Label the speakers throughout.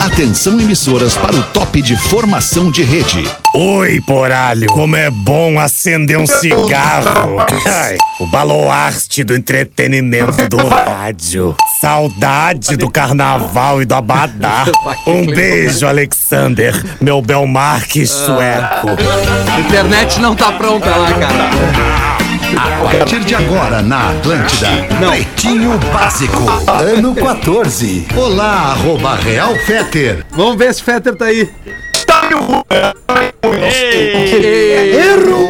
Speaker 1: Atenção emissoras para o top de formação de rede.
Speaker 2: Oi, poralho, como é bom acender um cigarro. Ai, o baluarte do entretenimento do rádio. Saudade do carnaval e do abadá. Um beijo, Alexander, meu Belmarque sueco.
Speaker 3: A internet não tá pronta lá, cara.
Speaker 1: A partir de agora na Atlântida. Pretinho Básico, ano 14. Olá, arroba Real Feter.
Speaker 3: Vamos ver se o Fetter tá aí.
Speaker 4: Tá
Speaker 3: Erro!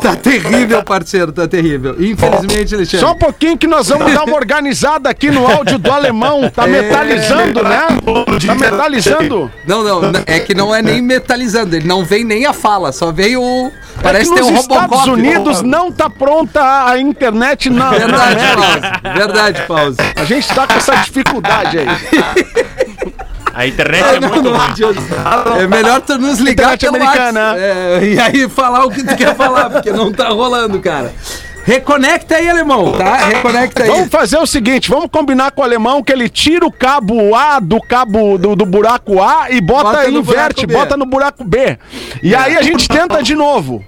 Speaker 3: Tá terrível, parceiro, tá terrível. Infelizmente, Alexandre.
Speaker 4: Só um pouquinho que nós vamos dar uma organizada aqui no áudio do alemão. Tá metalizando, né? Tá metalizando.
Speaker 3: É, Não, não, n- é que não é nem metalizando, ele não vem nem a fala, só veio o. Parece
Speaker 4: é que
Speaker 3: ter
Speaker 4: nos
Speaker 3: um Robocop.
Speaker 4: Estados Unidos não tá pronta a internet na, na
Speaker 3: Verdade,
Speaker 4: América.
Speaker 3: Pause. Verdade, Pause.
Speaker 4: A gente tá com essa dificuldade aí.
Speaker 3: É
Speaker 5: A internet é
Speaker 3: Não,
Speaker 5: muito
Speaker 3: não
Speaker 5: ruim.
Speaker 3: adianta. É melhor tu nos ligar
Speaker 4: Internet
Speaker 3: pelo
Speaker 4: americana.
Speaker 3: Whats. É, e aí falar o que tu quer falar, porque não tá rolando, cara. Reconecta aí, alemão, tá? Reconecta aí.
Speaker 4: Vamos fazer o seguinte, vamos combinar com o alemão que ele tira o cabo A do cabo do, do buraco A e bota,
Speaker 3: Bota no
Speaker 4: inverte,
Speaker 3: buraco B. É.
Speaker 4: bota no buraco B. E aí a gente tenta de novo.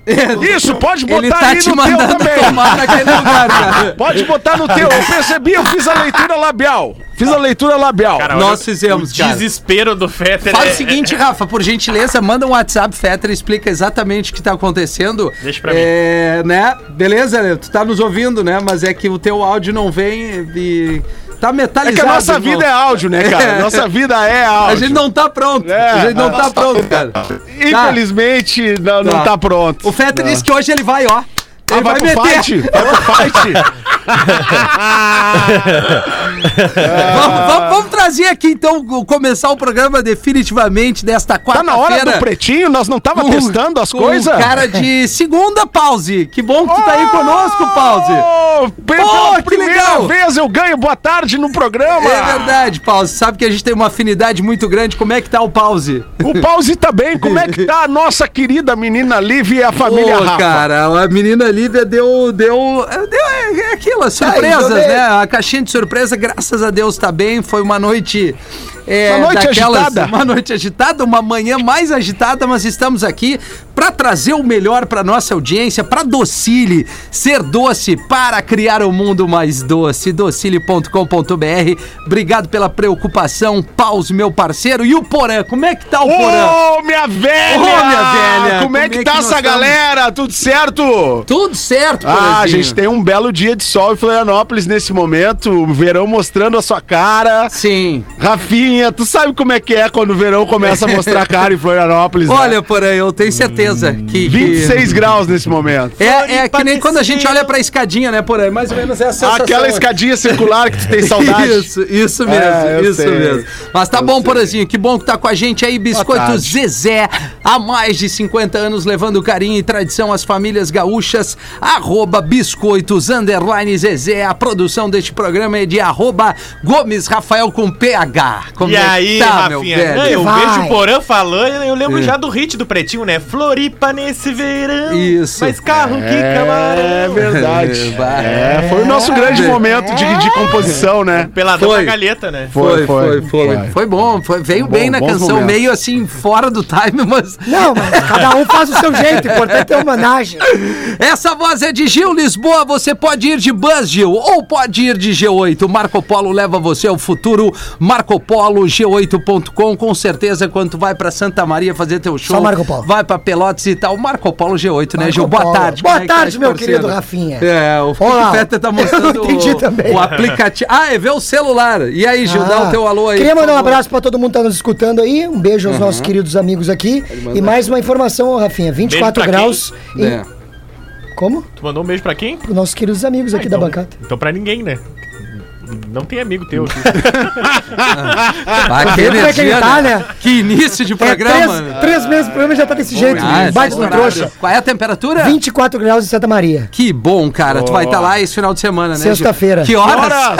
Speaker 4: Isso, pode botar
Speaker 3: Ele tá
Speaker 4: aí
Speaker 3: te
Speaker 4: no teu
Speaker 3: mandando
Speaker 4: também.
Speaker 3: tomar naquele lugar, cara.
Speaker 4: Pode botar no teu. Eu percebi, eu fiz a leitura labial. Fiz a leitura labial.
Speaker 5: Cara,
Speaker 3: Nós
Speaker 5: olha o-
Speaker 3: fizemos,
Speaker 5: o
Speaker 3: cara.
Speaker 5: desespero do Fetter.
Speaker 3: Faz
Speaker 5: é-
Speaker 3: o seguinte, Rafa, por gentileza, manda um WhatsApp, Fetter, explica exatamente o que tá acontecendo.
Speaker 5: Deixa pra
Speaker 3: é, Né? Beleza, Leo? Tu tá nos ouvindo, né? Mas é que o teu áudio não vem e. Tá
Speaker 4: É
Speaker 3: metalizado.
Speaker 4: que a nossa
Speaker 3: irmão.
Speaker 4: vida é áudio, né, cara?
Speaker 3: É.
Speaker 4: Nossa vida é áudio.
Speaker 3: A gente não tá pronto.
Speaker 4: É,
Speaker 3: a gente não
Speaker 4: a
Speaker 3: tá pronto, cara.
Speaker 4: Infelizmente, não, não
Speaker 3: Tá.
Speaker 4: tá pronto.
Speaker 3: O Fetter disse que hoje ele vai, ó.
Speaker 4: Ah,
Speaker 3: Ele
Speaker 4: vai,
Speaker 3: vai,
Speaker 4: pro
Speaker 3: meter.
Speaker 4: fight? Vai pro fight? Ah.
Speaker 3: Vamos, vamos- vamos trazer aqui, então, o- começar o programa definitivamente desta
Speaker 4: Tá na hora do
Speaker 3: quarta-feira.
Speaker 4: pretinho? Nós não tava
Speaker 3: com-
Speaker 4: testando as
Speaker 3: com
Speaker 4: coisas? Oh!
Speaker 3: o cara de segunda, Pause. Que bom que tu tá aí conosco, Pause.
Speaker 4: Ô,
Speaker 3: Pô,
Speaker 4: Pela
Speaker 3: que
Speaker 4: primeira
Speaker 3: legal.
Speaker 4: vez eu ganho boa tarde no programa.
Speaker 3: É verdade, Pause. Sabe que a gente tem uma afinidade muito grande. Como é que tá o Pause?
Speaker 4: O pause tá bem. Como é que tá a nossa querida menina Liv e a família
Speaker 3: Ô,
Speaker 4: Rafa?
Speaker 3: cara, a menina Lívia deu. deu, deu é, é aquilo, as surpresas,
Speaker 4: então, né?
Speaker 3: né? A caixinha de surpresa, graças a Deus, tá bem. Foi uma noite. é,
Speaker 4: Uma noite agitada.
Speaker 3: Uma noite agitada, uma manhã mais agitada, mas estamos aqui pra trazer o melhor pra nossa audiência, pra Docile, ser doce para criar um mundo mais doce. Docile.com.br. Obrigado pela preocupação, Paus, meu parceiro. E o Porã, como é que tá o
Speaker 4: Ô,
Speaker 3: Porã?
Speaker 4: minha velha!
Speaker 3: Ô, minha velha!
Speaker 4: Como, é que, tá
Speaker 3: nós
Speaker 4: essa
Speaker 3: estamos?
Speaker 4: galera? Tudo certo?
Speaker 3: Tudo certo,
Speaker 4: Ah, a
Speaker 3: Porãzinho.
Speaker 4: gente tem um belo dia de sol em Florianópolis nesse momento, o verão mostrando a sua cara.
Speaker 3: Sim.
Speaker 4: Rafinha, tu sabe como é que é quando o verão começa a mostrar a cara em Florianópolis, né?
Speaker 3: Olha, porém, eu tenho certeza que.
Speaker 4: 26 graus nesse momento.
Speaker 3: que... É, é que nem quando a gente olha pra escadinha, né, porém? Mais ou menos essa sensação.
Speaker 4: Aquela
Speaker 3: aqui.
Speaker 4: escadinha circular que tu tem saudade.
Speaker 3: Isso, isso mesmo,
Speaker 4: É, eu
Speaker 3: isso
Speaker 4: sei.
Speaker 3: mesmo. Mas tá bom, Porazinho, que bom que tá com a gente aí, Biscoito
Speaker 4: tarde.
Speaker 3: Zezé, há mais de 50 anos levando carinho e tradição às famílias gaúchas, arroba biscoitos, underline Zezé, a produção deste programa é de arroba Gomes Rafael com PH. Como
Speaker 5: E
Speaker 3: é que
Speaker 5: aí,
Speaker 3: tá, meu
Speaker 5: Rafinha?
Speaker 3: velho?
Speaker 5: Não, eu vejo o Porã falando, eu
Speaker 6: É.
Speaker 5: lembro já do hit do Pretinho, né? Floripa nesse verão.
Speaker 3: Isso.
Speaker 5: Mas carro que
Speaker 4: É
Speaker 5: camarão.
Speaker 4: verdade.
Speaker 3: Vai.
Speaker 4: É, foi o nosso grande momento de, de composição, né?
Speaker 5: Peladão
Speaker 3: Foi.
Speaker 5: na galheta, né?
Speaker 3: Foi, foi, foi. Foi, bom, foi- veio
Speaker 4: Bom,
Speaker 3: bem na
Speaker 4: bons
Speaker 3: canção,
Speaker 4: momentos.
Speaker 3: meio assim, fora do time, mas.
Speaker 7: Não, mas cada um faz o seu jeito, o importante é a homenagem.
Speaker 3: Essa voz é de Gil Lisboa, você pode ir de Buzz, Gil, ou pode ir de G8. Marco Polo leva você ao futuro. Marco Polo, G8.com, com certeza, quando tu vai pra Santa Maria fazer teu show.
Speaker 7: Marco Polo.
Speaker 3: Vai pra Pelotas e tal. Marco Polo G8, né,
Speaker 7: Marco
Speaker 3: Gil? Boa
Speaker 7: Polo.
Speaker 3: tarde.
Speaker 7: Boa
Speaker 3: como é que tá
Speaker 7: tarde,
Speaker 3: te
Speaker 7: meu querido
Speaker 3: torcendo?
Speaker 7: Rafinha.
Speaker 3: É, o
Speaker 7: Olá.
Speaker 3: Feta tá
Speaker 7: Eu
Speaker 3: mostrando
Speaker 7: não entendi
Speaker 3: o-
Speaker 7: também.
Speaker 3: o aplicativo. Ah, é ver o celular. E aí, Gil, dá o teu alô aí.
Speaker 7: Ah. Queria
Speaker 3: por
Speaker 7: mandar um
Speaker 3: favor.
Speaker 7: abraço pra todo mundo que tá nos escutando aí. Um beijo aos nossos queridos amigos aqui. E mais uma informação, ô, Rafinha: 24
Speaker 5: Beijo pra
Speaker 7: graus. em-
Speaker 3: É.
Speaker 7: Como?
Speaker 5: Tu mandou um beijo pra quem?
Speaker 7: Para nossos queridos amigos aqui
Speaker 5: Ah,
Speaker 7: da
Speaker 5: então-
Speaker 7: bancada.
Speaker 5: Então pra ninguém, né? Não tem amigo teu aqui.
Speaker 3: Ah, que
Speaker 7: Como é que ele
Speaker 3: energia,
Speaker 7: tá,
Speaker 3: né?
Speaker 7: né?
Speaker 3: Que início de
Speaker 7: É
Speaker 3: programa. né?
Speaker 7: três, três meses, o programa já tá desse jeito.
Speaker 3: Ah, esse
Speaker 7: Bate
Speaker 3: é o
Speaker 7: no
Speaker 3: horário.
Speaker 7: trouxa.
Speaker 3: Qual é a temperatura?
Speaker 7: 24 graus em Santa Maria.
Speaker 3: tá Que bom, cara. Tu vai estar lá esse final de semana, né? Gil?
Speaker 7: Sexta-feira.
Speaker 3: Que horas?
Speaker 4: Bora!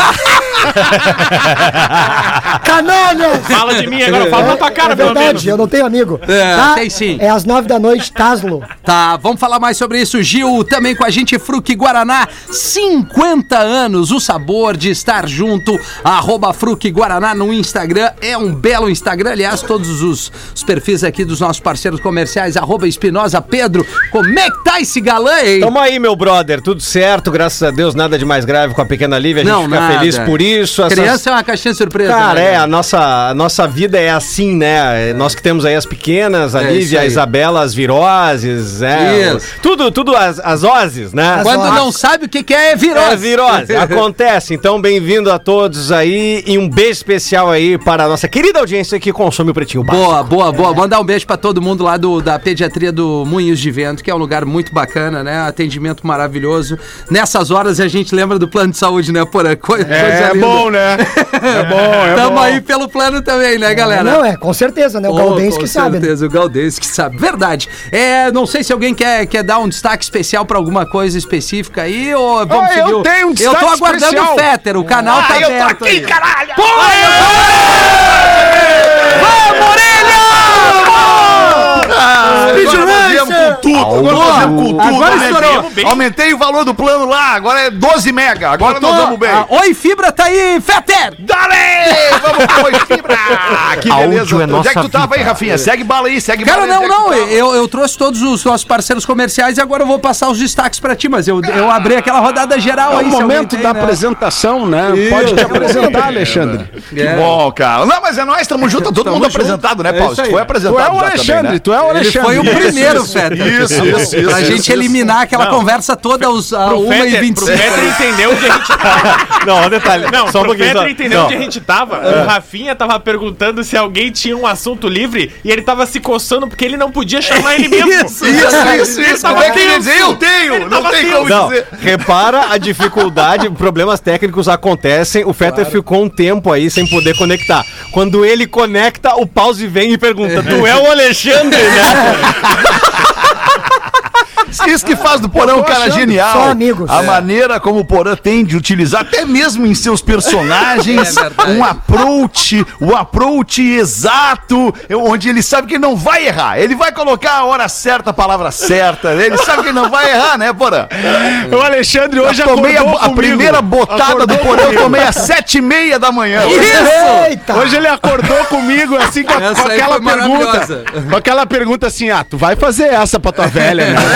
Speaker 7: Canalha!
Speaker 5: Fala de mim agora, fala pra tua cara,
Speaker 7: é
Speaker 5: pelo menos.
Speaker 7: verdade, eu não tenho amigo.
Speaker 3: É, tem sim.
Speaker 7: É às nove da noite, Taslo.
Speaker 3: Tá, vamos falar mais sobre isso. Gil, também com a gente, Fruc Guaraná, 50 anos, o sabor de estar junto. Arroba Fruc Guaraná no Instagram, é um belo Instagram. Aliás, todos os, os perfis aqui dos nossos parceiros comerciais, arroba Espinosa Pedro. Como é que tá esse galã, hein?
Speaker 6: Tamo aí, meu brother. Tudo certo, graças a Deus. Nada de mais grave com a pequena Lívia. A gente
Speaker 3: Não,
Speaker 6: fica
Speaker 3: nada.
Speaker 6: feliz por isso. essas-
Speaker 3: Criança é uma caixinha de surpresa.
Speaker 6: Cara,
Speaker 3: né?
Speaker 6: é, a nossa, a nossa vida é assim, né? Nós que temos aí as pequenas, a
Speaker 3: É, isso
Speaker 6: Lívia, a
Speaker 3: aí.
Speaker 6: Isabela, as viroses, é,
Speaker 3: Isso.
Speaker 6: o- tudo, tudo, as, as ozes, né?
Speaker 7: As
Speaker 3: Quando
Speaker 7: Nossa.
Speaker 3: não sabe o que, que é, é virose.
Speaker 6: É virose, acontece. Então, bem-vindo a todos aí e um beijo especial aí para a nossa querida audiência que consome o Pretinho Básico.
Speaker 3: Boa, boa,
Speaker 4: É.
Speaker 3: boa. Mandar um beijo pra todo mundo lá do, da pediatria do Moinhos de Vento, que é um lugar muito bacana, né? Atendimento maravilhoso. Nessas horas a gente lembra do plano de saúde, né, Porã? Co- Coisa
Speaker 4: É
Speaker 3: linda.
Speaker 4: bom, né? É bom, é
Speaker 3: Tamo
Speaker 4: bom.
Speaker 3: aí pelo plano também, né, galera?
Speaker 7: Não, é, com certeza, né? O
Speaker 3: Oh,
Speaker 7: Galdens que
Speaker 3: com
Speaker 7: sabe. né?
Speaker 3: certeza, o Galdês que sabe. Verdade. É, não sei se alguém quer, quer dar um destaque especial pra alguma coisa específica aí, ou vamos
Speaker 4: Ah, eu
Speaker 3: seguir. o-
Speaker 4: tenho um
Speaker 3: Eu
Speaker 4: destaque
Speaker 3: tô aguardando
Speaker 4: especial. Ah,
Speaker 3: o Féter, o canal tá aberto. aí.
Speaker 5: caralho!
Speaker 8: Agora nós
Speaker 3: Racer!
Speaker 8: viemos com tudo, agora nós viemos com tudo.
Speaker 5: Agora
Speaker 8: Nós
Speaker 5: estourou.
Speaker 8: viemos bem. Aumentei o valor do plano lá, agora é 12 mega. Agora nós vamos bem.
Speaker 3: Ah, Oi, Fibra tá aí, Féter!
Speaker 8: Dale! Vamos com a fibra! Que beleza.
Speaker 6: Áudio é
Speaker 8: Onde é que
Speaker 6: nossa
Speaker 8: tu tava aí, Rafinha? Segue bala aí, segue
Speaker 3: Cara,
Speaker 8: bala aí,
Speaker 3: não,
Speaker 8: onde é que
Speaker 3: não,
Speaker 8: tu tava?
Speaker 3: eu, eu trouxe todos os nossos parceiros comerciais e agora eu vou passar os destaques pra ti, mas eu, eu abri aquela rodada geral
Speaker 4: É o
Speaker 3: aí. se alguém
Speaker 4: momento
Speaker 3: tem,
Speaker 4: da
Speaker 3: né?
Speaker 4: apresentação, né?
Speaker 3: Isso.
Speaker 4: Pode te apresentar, Alexandre.
Speaker 8: Que
Speaker 3: É.
Speaker 8: bom, cara. Não, mas é nós, tamo junto, tá todo
Speaker 3: Tamo
Speaker 8: mundo
Speaker 3: junto.
Speaker 8: apresentado, né,
Speaker 3: É
Speaker 8: Paulo?
Speaker 3: isso
Speaker 8: Tu
Speaker 3: aí.
Speaker 8: foi
Speaker 4: Tu
Speaker 8: apresentado
Speaker 4: é o
Speaker 8: já também,
Speaker 4: Alexandre,
Speaker 8: né?
Speaker 4: tu é o
Speaker 3: Ele
Speaker 4: Alexandre.
Speaker 3: foi o primeiro,
Speaker 8: isso,
Speaker 3: Féter.
Speaker 8: isso, isso, isso,
Speaker 3: Pra
Speaker 8: isso,
Speaker 3: gente
Speaker 8: isso.
Speaker 3: eliminar aquela conversa toda aos a
Speaker 5: Pro
Speaker 3: 1 e
Speaker 5: Fetter, pro
Speaker 3: 25
Speaker 5: Fetter entendeu onde a gente
Speaker 6: Não, detalhe.
Speaker 5: Não,
Speaker 6: só um
Speaker 5: pro
Speaker 6: pouquinho.
Speaker 5: Pedro
Speaker 6: Só.
Speaker 5: entendeu
Speaker 6: Não. É.
Speaker 5: onde a gente tava. O Rafinha tava perguntando se alguém tinha um assunto livre e ele tava se coçando porque ele não podia chamar ele mesmo.
Speaker 3: Isso,
Speaker 8: Isso, isso, isso. Como é que ele diz? Eu
Speaker 5: Ele
Speaker 8: tenho! Não
Speaker 5: tava
Speaker 8: tem
Speaker 5: tenso.
Speaker 8: como
Speaker 6: Não,
Speaker 8: dizer.
Speaker 6: repara a dificuldade, problemas técnicos acontecem. O Fetter ficou um tempo aí sem poder conectar. Quando ele conecta, o pause vem e pergunta: Tu é o Alexandre, né?
Speaker 8: Isso que faz do Porã um cara genial.
Speaker 7: só amigos.
Speaker 8: A
Speaker 7: É.
Speaker 8: maneira como o Porã tem de utilizar, até mesmo em seus personagens,
Speaker 3: É verdade.
Speaker 8: um approach, o approach exato, onde ele sabe que ele não vai errar. Ele vai colocar a hora certa, a palavra certa. Ele sabe que ele não vai errar, né, Porã?
Speaker 3: É.
Speaker 4: O Alexandre hoje
Speaker 8: Eu tomei a,
Speaker 4: acordou
Speaker 8: a
Speaker 4: comigo.
Speaker 8: primeira botada
Speaker 4: Acordou
Speaker 8: do Porã, eu
Speaker 4: comigo.
Speaker 8: tomei às sete e meia da manhã.
Speaker 7: Eita!
Speaker 4: Hoje ele acordou comigo, assim, com, a-
Speaker 3: Essa
Speaker 4: com
Speaker 3: aí
Speaker 4: aquela
Speaker 3: foi maravilhosa.
Speaker 4: pergunta. Com aquela pergunta assim, ah, tu vai fazer essa pra tua velha, né?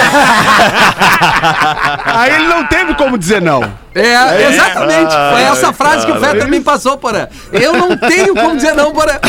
Speaker 4: Aí ele não teve como dizer não.
Speaker 3: É, exatamente.
Speaker 8: Ah,
Speaker 3: Foi essa frase que o
Speaker 8: é
Speaker 3: Fetter me passou, Porã. Eu não tenho como dizer não, Porã.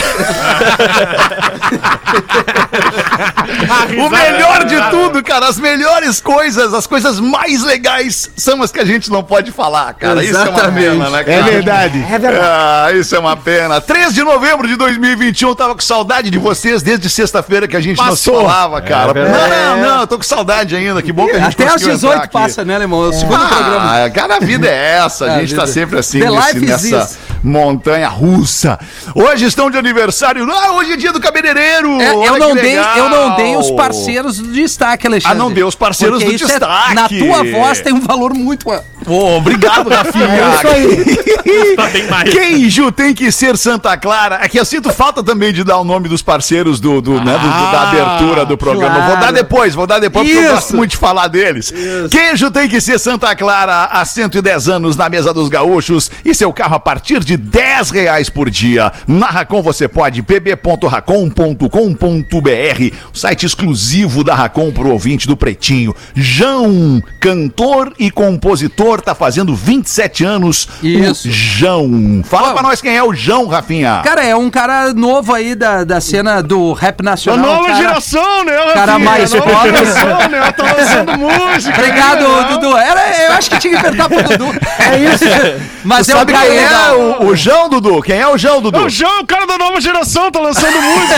Speaker 8: O melhor de tudo, cara, as melhores coisas, as coisas mais legais são as que a gente não pode falar, cara. Isso é uma pena, né, cara?
Speaker 4: É verdade.
Speaker 7: É verdade.
Speaker 8: Ah, isso é uma pena. 3 de novembro de 2021, tava com saudade de vocês desde sexta-feira que a gente não
Speaker 4: Passou.
Speaker 8: se falava, cara. não, não, não, eu tô com saudade ainda. Que bom que a gente
Speaker 3: Até às
Speaker 8: conseguiu entrar
Speaker 3: 18
Speaker 8: aqui.
Speaker 3: passa, né, Alemão? É o segundo programa.
Speaker 8: Ah, cara, a vida é essa.
Speaker 3: A
Speaker 8: A gente tá
Speaker 3: vida-
Speaker 8: sempre assim,
Speaker 3: The
Speaker 8: nesse-
Speaker 3: life is this.
Speaker 8: nessa montanha russa. Hoje estão de aniversário. Ah, hoje é dia do cabeleireiro.
Speaker 3: É,
Speaker 8: Olha
Speaker 3: eu,
Speaker 8: que
Speaker 3: não dei,
Speaker 8: legal.
Speaker 3: eu não dei os parceiros do destaque, Alexandre.
Speaker 8: Ah, não deu os parceiros
Speaker 3: Porque
Speaker 8: do
Speaker 3: isso é,
Speaker 8: destaque.
Speaker 3: na tua voz tem um valor muito. maior.
Speaker 8: Ô, obrigado,
Speaker 7: É
Speaker 4: É
Speaker 8: Rafinha.
Speaker 5: Tá bem mais.
Speaker 8: Quem Ju tem que ser Santa Clara? É que eu sinto falta também de dar o nome dos parceiros do, do, né, do- do-
Speaker 4: Ah,
Speaker 8: da abertura do programa. Vou dar
Speaker 3: claro.
Speaker 8: depois, vou dar depois, porque eu gosto
Speaker 3: Isso.
Speaker 8: muito de falar deles. Queijo tem que ser Santa Clara há 110 anos na mesa dos gaúchos e seu carro a partir de 10 reais por dia. Na Racon você pode, pb.racon.com.br, o site exclusivo da Racon pro ouvinte do Pretinho. João, cantor e compositor, tá fazendo 27 anos. O
Speaker 3: Isso.
Speaker 8: Jão. Fala pra nós quem é o Jão, Rafinha.
Speaker 3: Cara, é um cara novo aí da, da cena do rap
Speaker 4: A
Speaker 3: nacional.
Speaker 4: nova
Speaker 3: cara.
Speaker 4: é geração, né, Rafinha?
Speaker 3: cara mais
Speaker 4: A nova
Speaker 3: pobre.
Speaker 4: geração, né? Tá lançando música.
Speaker 3: Obrigado,
Speaker 4: né?
Speaker 3: Dudu. Era, eu acho que tinha que apertar pro Dudu. É isso. Mas é um
Speaker 8: Sabe
Speaker 3: cara
Speaker 8: quem é
Speaker 3: legal.
Speaker 8: o, o Jão, Dudu? Quem é o Jão,
Speaker 4: É
Speaker 8: Dudu?
Speaker 4: O João, o cara da nova geração, tá lançando música.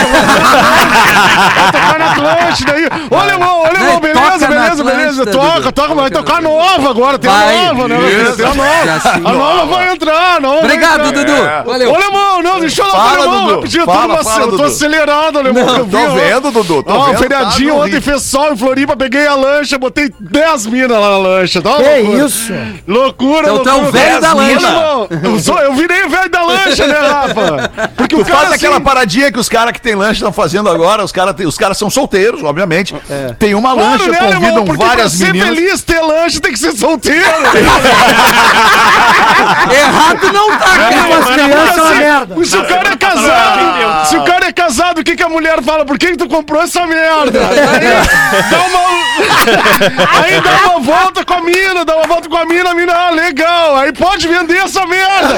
Speaker 4: Vai tocar na Atlântida aí. Ô, Alemão, ô,
Speaker 3: Não,
Speaker 4: Alemão,
Speaker 3: toca
Speaker 4: beleza,
Speaker 3: na
Speaker 4: beleza, beleza.
Speaker 3: Atlântida,
Speaker 4: Toca,
Speaker 3: Dudu.
Speaker 4: toca, vai tocar nova agora. Tem
Speaker 3: Vai,
Speaker 4: uma nova, né?
Speaker 8: Isso. é
Speaker 4: Tem a
Speaker 3: Já
Speaker 4: nova.
Speaker 3: assim,
Speaker 4: A nova vai entrar, a nova.
Speaker 3: Obrigado,
Speaker 4: vai entrar. É.
Speaker 3: Dudu. Valeu.
Speaker 4: Ô, alemão, não, deixa eu lavar
Speaker 8: Fala,
Speaker 4: o alemão
Speaker 8: Dudu.
Speaker 4: rapidinho.
Speaker 8: Fala,
Speaker 4: eu tô, numa-
Speaker 8: fala,
Speaker 4: eu tô
Speaker 8: Dudu.
Speaker 4: acelerado, alemão.
Speaker 8: Não,
Speaker 4: eu vi,
Speaker 8: tô
Speaker 4: ó.
Speaker 8: vendo, Dudu, tô
Speaker 4: Ó,
Speaker 8: vendo,
Speaker 4: feriadinho,
Speaker 8: tá no
Speaker 4: ontem
Speaker 8: ritmo.
Speaker 4: fez sol em Floripa, peguei a lancha, botei 10 minas lá na lancha. Tá uma
Speaker 7: Que
Speaker 4: loucura.
Speaker 7: isso?
Speaker 8: é
Speaker 4: Loucura,
Speaker 3: Então
Speaker 4: loucura.
Speaker 3: tá o velho
Speaker 4: 10
Speaker 3: da
Speaker 4: minas.
Speaker 3: lancha.
Speaker 4: Alemão, Eu, sou, eu virei o velho da lancha, né, Rafa? Porque o
Speaker 8: Tu faz
Speaker 4: cara, assim,
Speaker 8: aquela paradinha que os caras que tem lanche estão fazendo agora, os caras os cara são solteiros, obviamente. Tem uma
Speaker 4: Claro,
Speaker 8: lancha,
Speaker 4: né, alemão?
Speaker 8: convidam
Speaker 4: Porque
Speaker 8: várias
Speaker 4: pra ser
Speaker 8: meninas.
Speaker 4: feliz, ter lanche tem que ser solteiro.
Speaker 3: Errado não tá, cara.
Speaker 7: As crianças são uma
Speaker 4: Se-
Speaker 7: merda.
Speaker 4: Se o cara é casado, se o cara é casado, o que, que a mulher fala? Por que, que tu comprou essa merda? Aí dá uma. Aí dá uma volta com a mina, dá uma volta com a mina, a mina, ah, legal. Aí pode vender essa merda.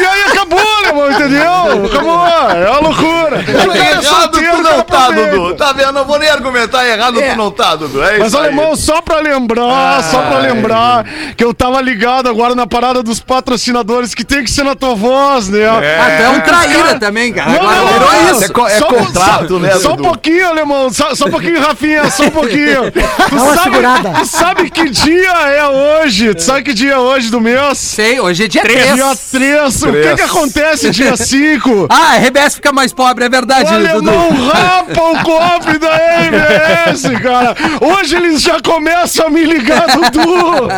Speaker 4: E aí acabou, né, irmão, entendeu? Acabou. É uma loucura. O cara é
Speaker 8: Errado
Speaker 4: solteiro,
Speaker 8: tu
Speaker 4: o cara
Speaker 8: não tá,
Speaker 4: aproveita.
Speaker 8: Dudu. Tá vendo? Não vou nem argumentar. Errado tu não tá, Dudu. É
Speaker 4: Mas,
Speaker 8: isso aí. Ah, é.
Speaker 4: alemão, só pra lembrar, só pra lembrar que eu tava ligado agora na parada dos patrocinadores que tem que ser na tua voz, né?
Speaker 3: Ah, tu é um traíra também, cara.
Speaker 4: Não,
Speaker 3: Agora
Speaker 4: não,
Speaker 3: virou
Speaker 4: não,
Speaker 3: isso.
Speaker 8: É co- é
Speaker 4: Só-
Speaker 8: contrato,
Speaker 4: só-
Speaker 8: né,
Speaker 4: Só um
Speaker 8: Dudu?
Speaker 4: pouquinho, alemão. Só, só um pouquinho, Rafinha. Só um pouquinho. Tu
Speaker 7: uma
Speaker 4: sabe,
Speaker 7: segurada.
Speaker 4: tu sabe que dia é hoje? Tu sabe que dia é hoje do mês?
Speaker 3: Sei, hoje é dia 3.
Speaker 4: Dia 3. O que,
Speaker 8: Três.
Speaker 4: que acontece dia 5?
Speaker 3: Ah, a RBS fica mais pobre, é
Speaker 4: O
Speaker 3: verdade,
Speaker 4: alemão
Speaker 3: Dudu.
Speaker 4: rapa o cofre da MBS, cara. Hoje eles já começam a me ligar, Dudu.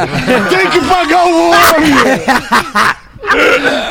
Speaker 4: Tem que pagar o homem.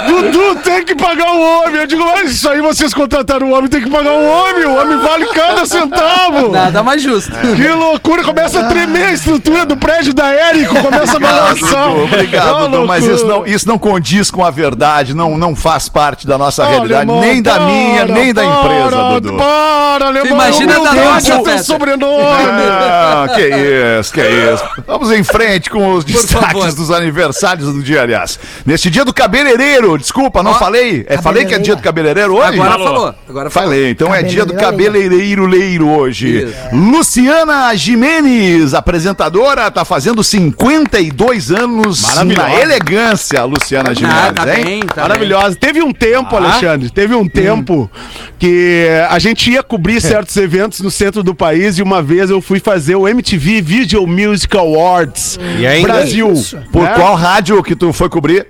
Speaker 4: Dudu tem que pagar o homem. Eu digo, mas isso aí vocês contrataram o homem, tem que pagar o homem. O homem vale cada centavo.
Speaker 3: Nada mais justo.
Speaker 4: Que loucura, começa a tremer a estrutura do prédio da Érico, começa a balançar.
Speaker 8: Dudu,
Speaker 4: É uma
Speaker 8: Obrigado, Dudu, mas
Speaker 4: loucura.
Speaker 8: isso não, isso não condiz com a verdade, não, não faz parte da nossa
Speaker 4: Ah,
Speaker 8: realidade,
Speaker 4: alemão,
Speaker 8: nem da
Speaker 4: para,
Speaker 8: minha, nem da empresa,
Speaker 4: para,
Speaker 8: Dudu.
Speaker 4: Para, alemão,
Speaker 3: imagina da
Speaker 4: humildade
Speaker 3: nossa,
Speaker 4: é o teu
Speaker 3: Peter.
Speaker 4: sobrenome.
Speaker 8: Ah, que isso, que isso. Vamos em frente com os
Speaker 3: favor.
Speaker 8: destaques dos aniversários do dia, aliás. Neste dia do cabeleireiro, desculpa, não falei. É, falei que é dia do cabeleireiro hoje?
Speaker 3: Agora falou. Agora falou.
Speaker 8: Falei, então é dia do
Speaker 7: Cabeleireiro
Speaker 8: cabeleireiro-leiro hoje. Luciana Jimenez, apresentadora, tá fazendo 52 anos
Speaker 4: Maravilhosa.
Speaker 8: na elegância, Luciana Jimenez,
Speaker 3: Ah, tá
Speaker 8: hein?
Speaker 3: bem, tá bem.
Speaker 4: Maravilhosa. Teve um
Speaker 6: Ah.
Speaker 4: tempo, Alexandre, teve um tempo
Speaker 6: Hum.
Speaker 4: que a gente ia cobrir certos eventos no centro do país e uma vez eu fui fazer o MTV Video Music Awards
Speaker 6: E ainda-
Speaker 4: Brasil.
Speaker 7: Isso.
Speaker 8: Por
Speaker 4: né?
Speaker 8: qual rádio que tu foi cobrir?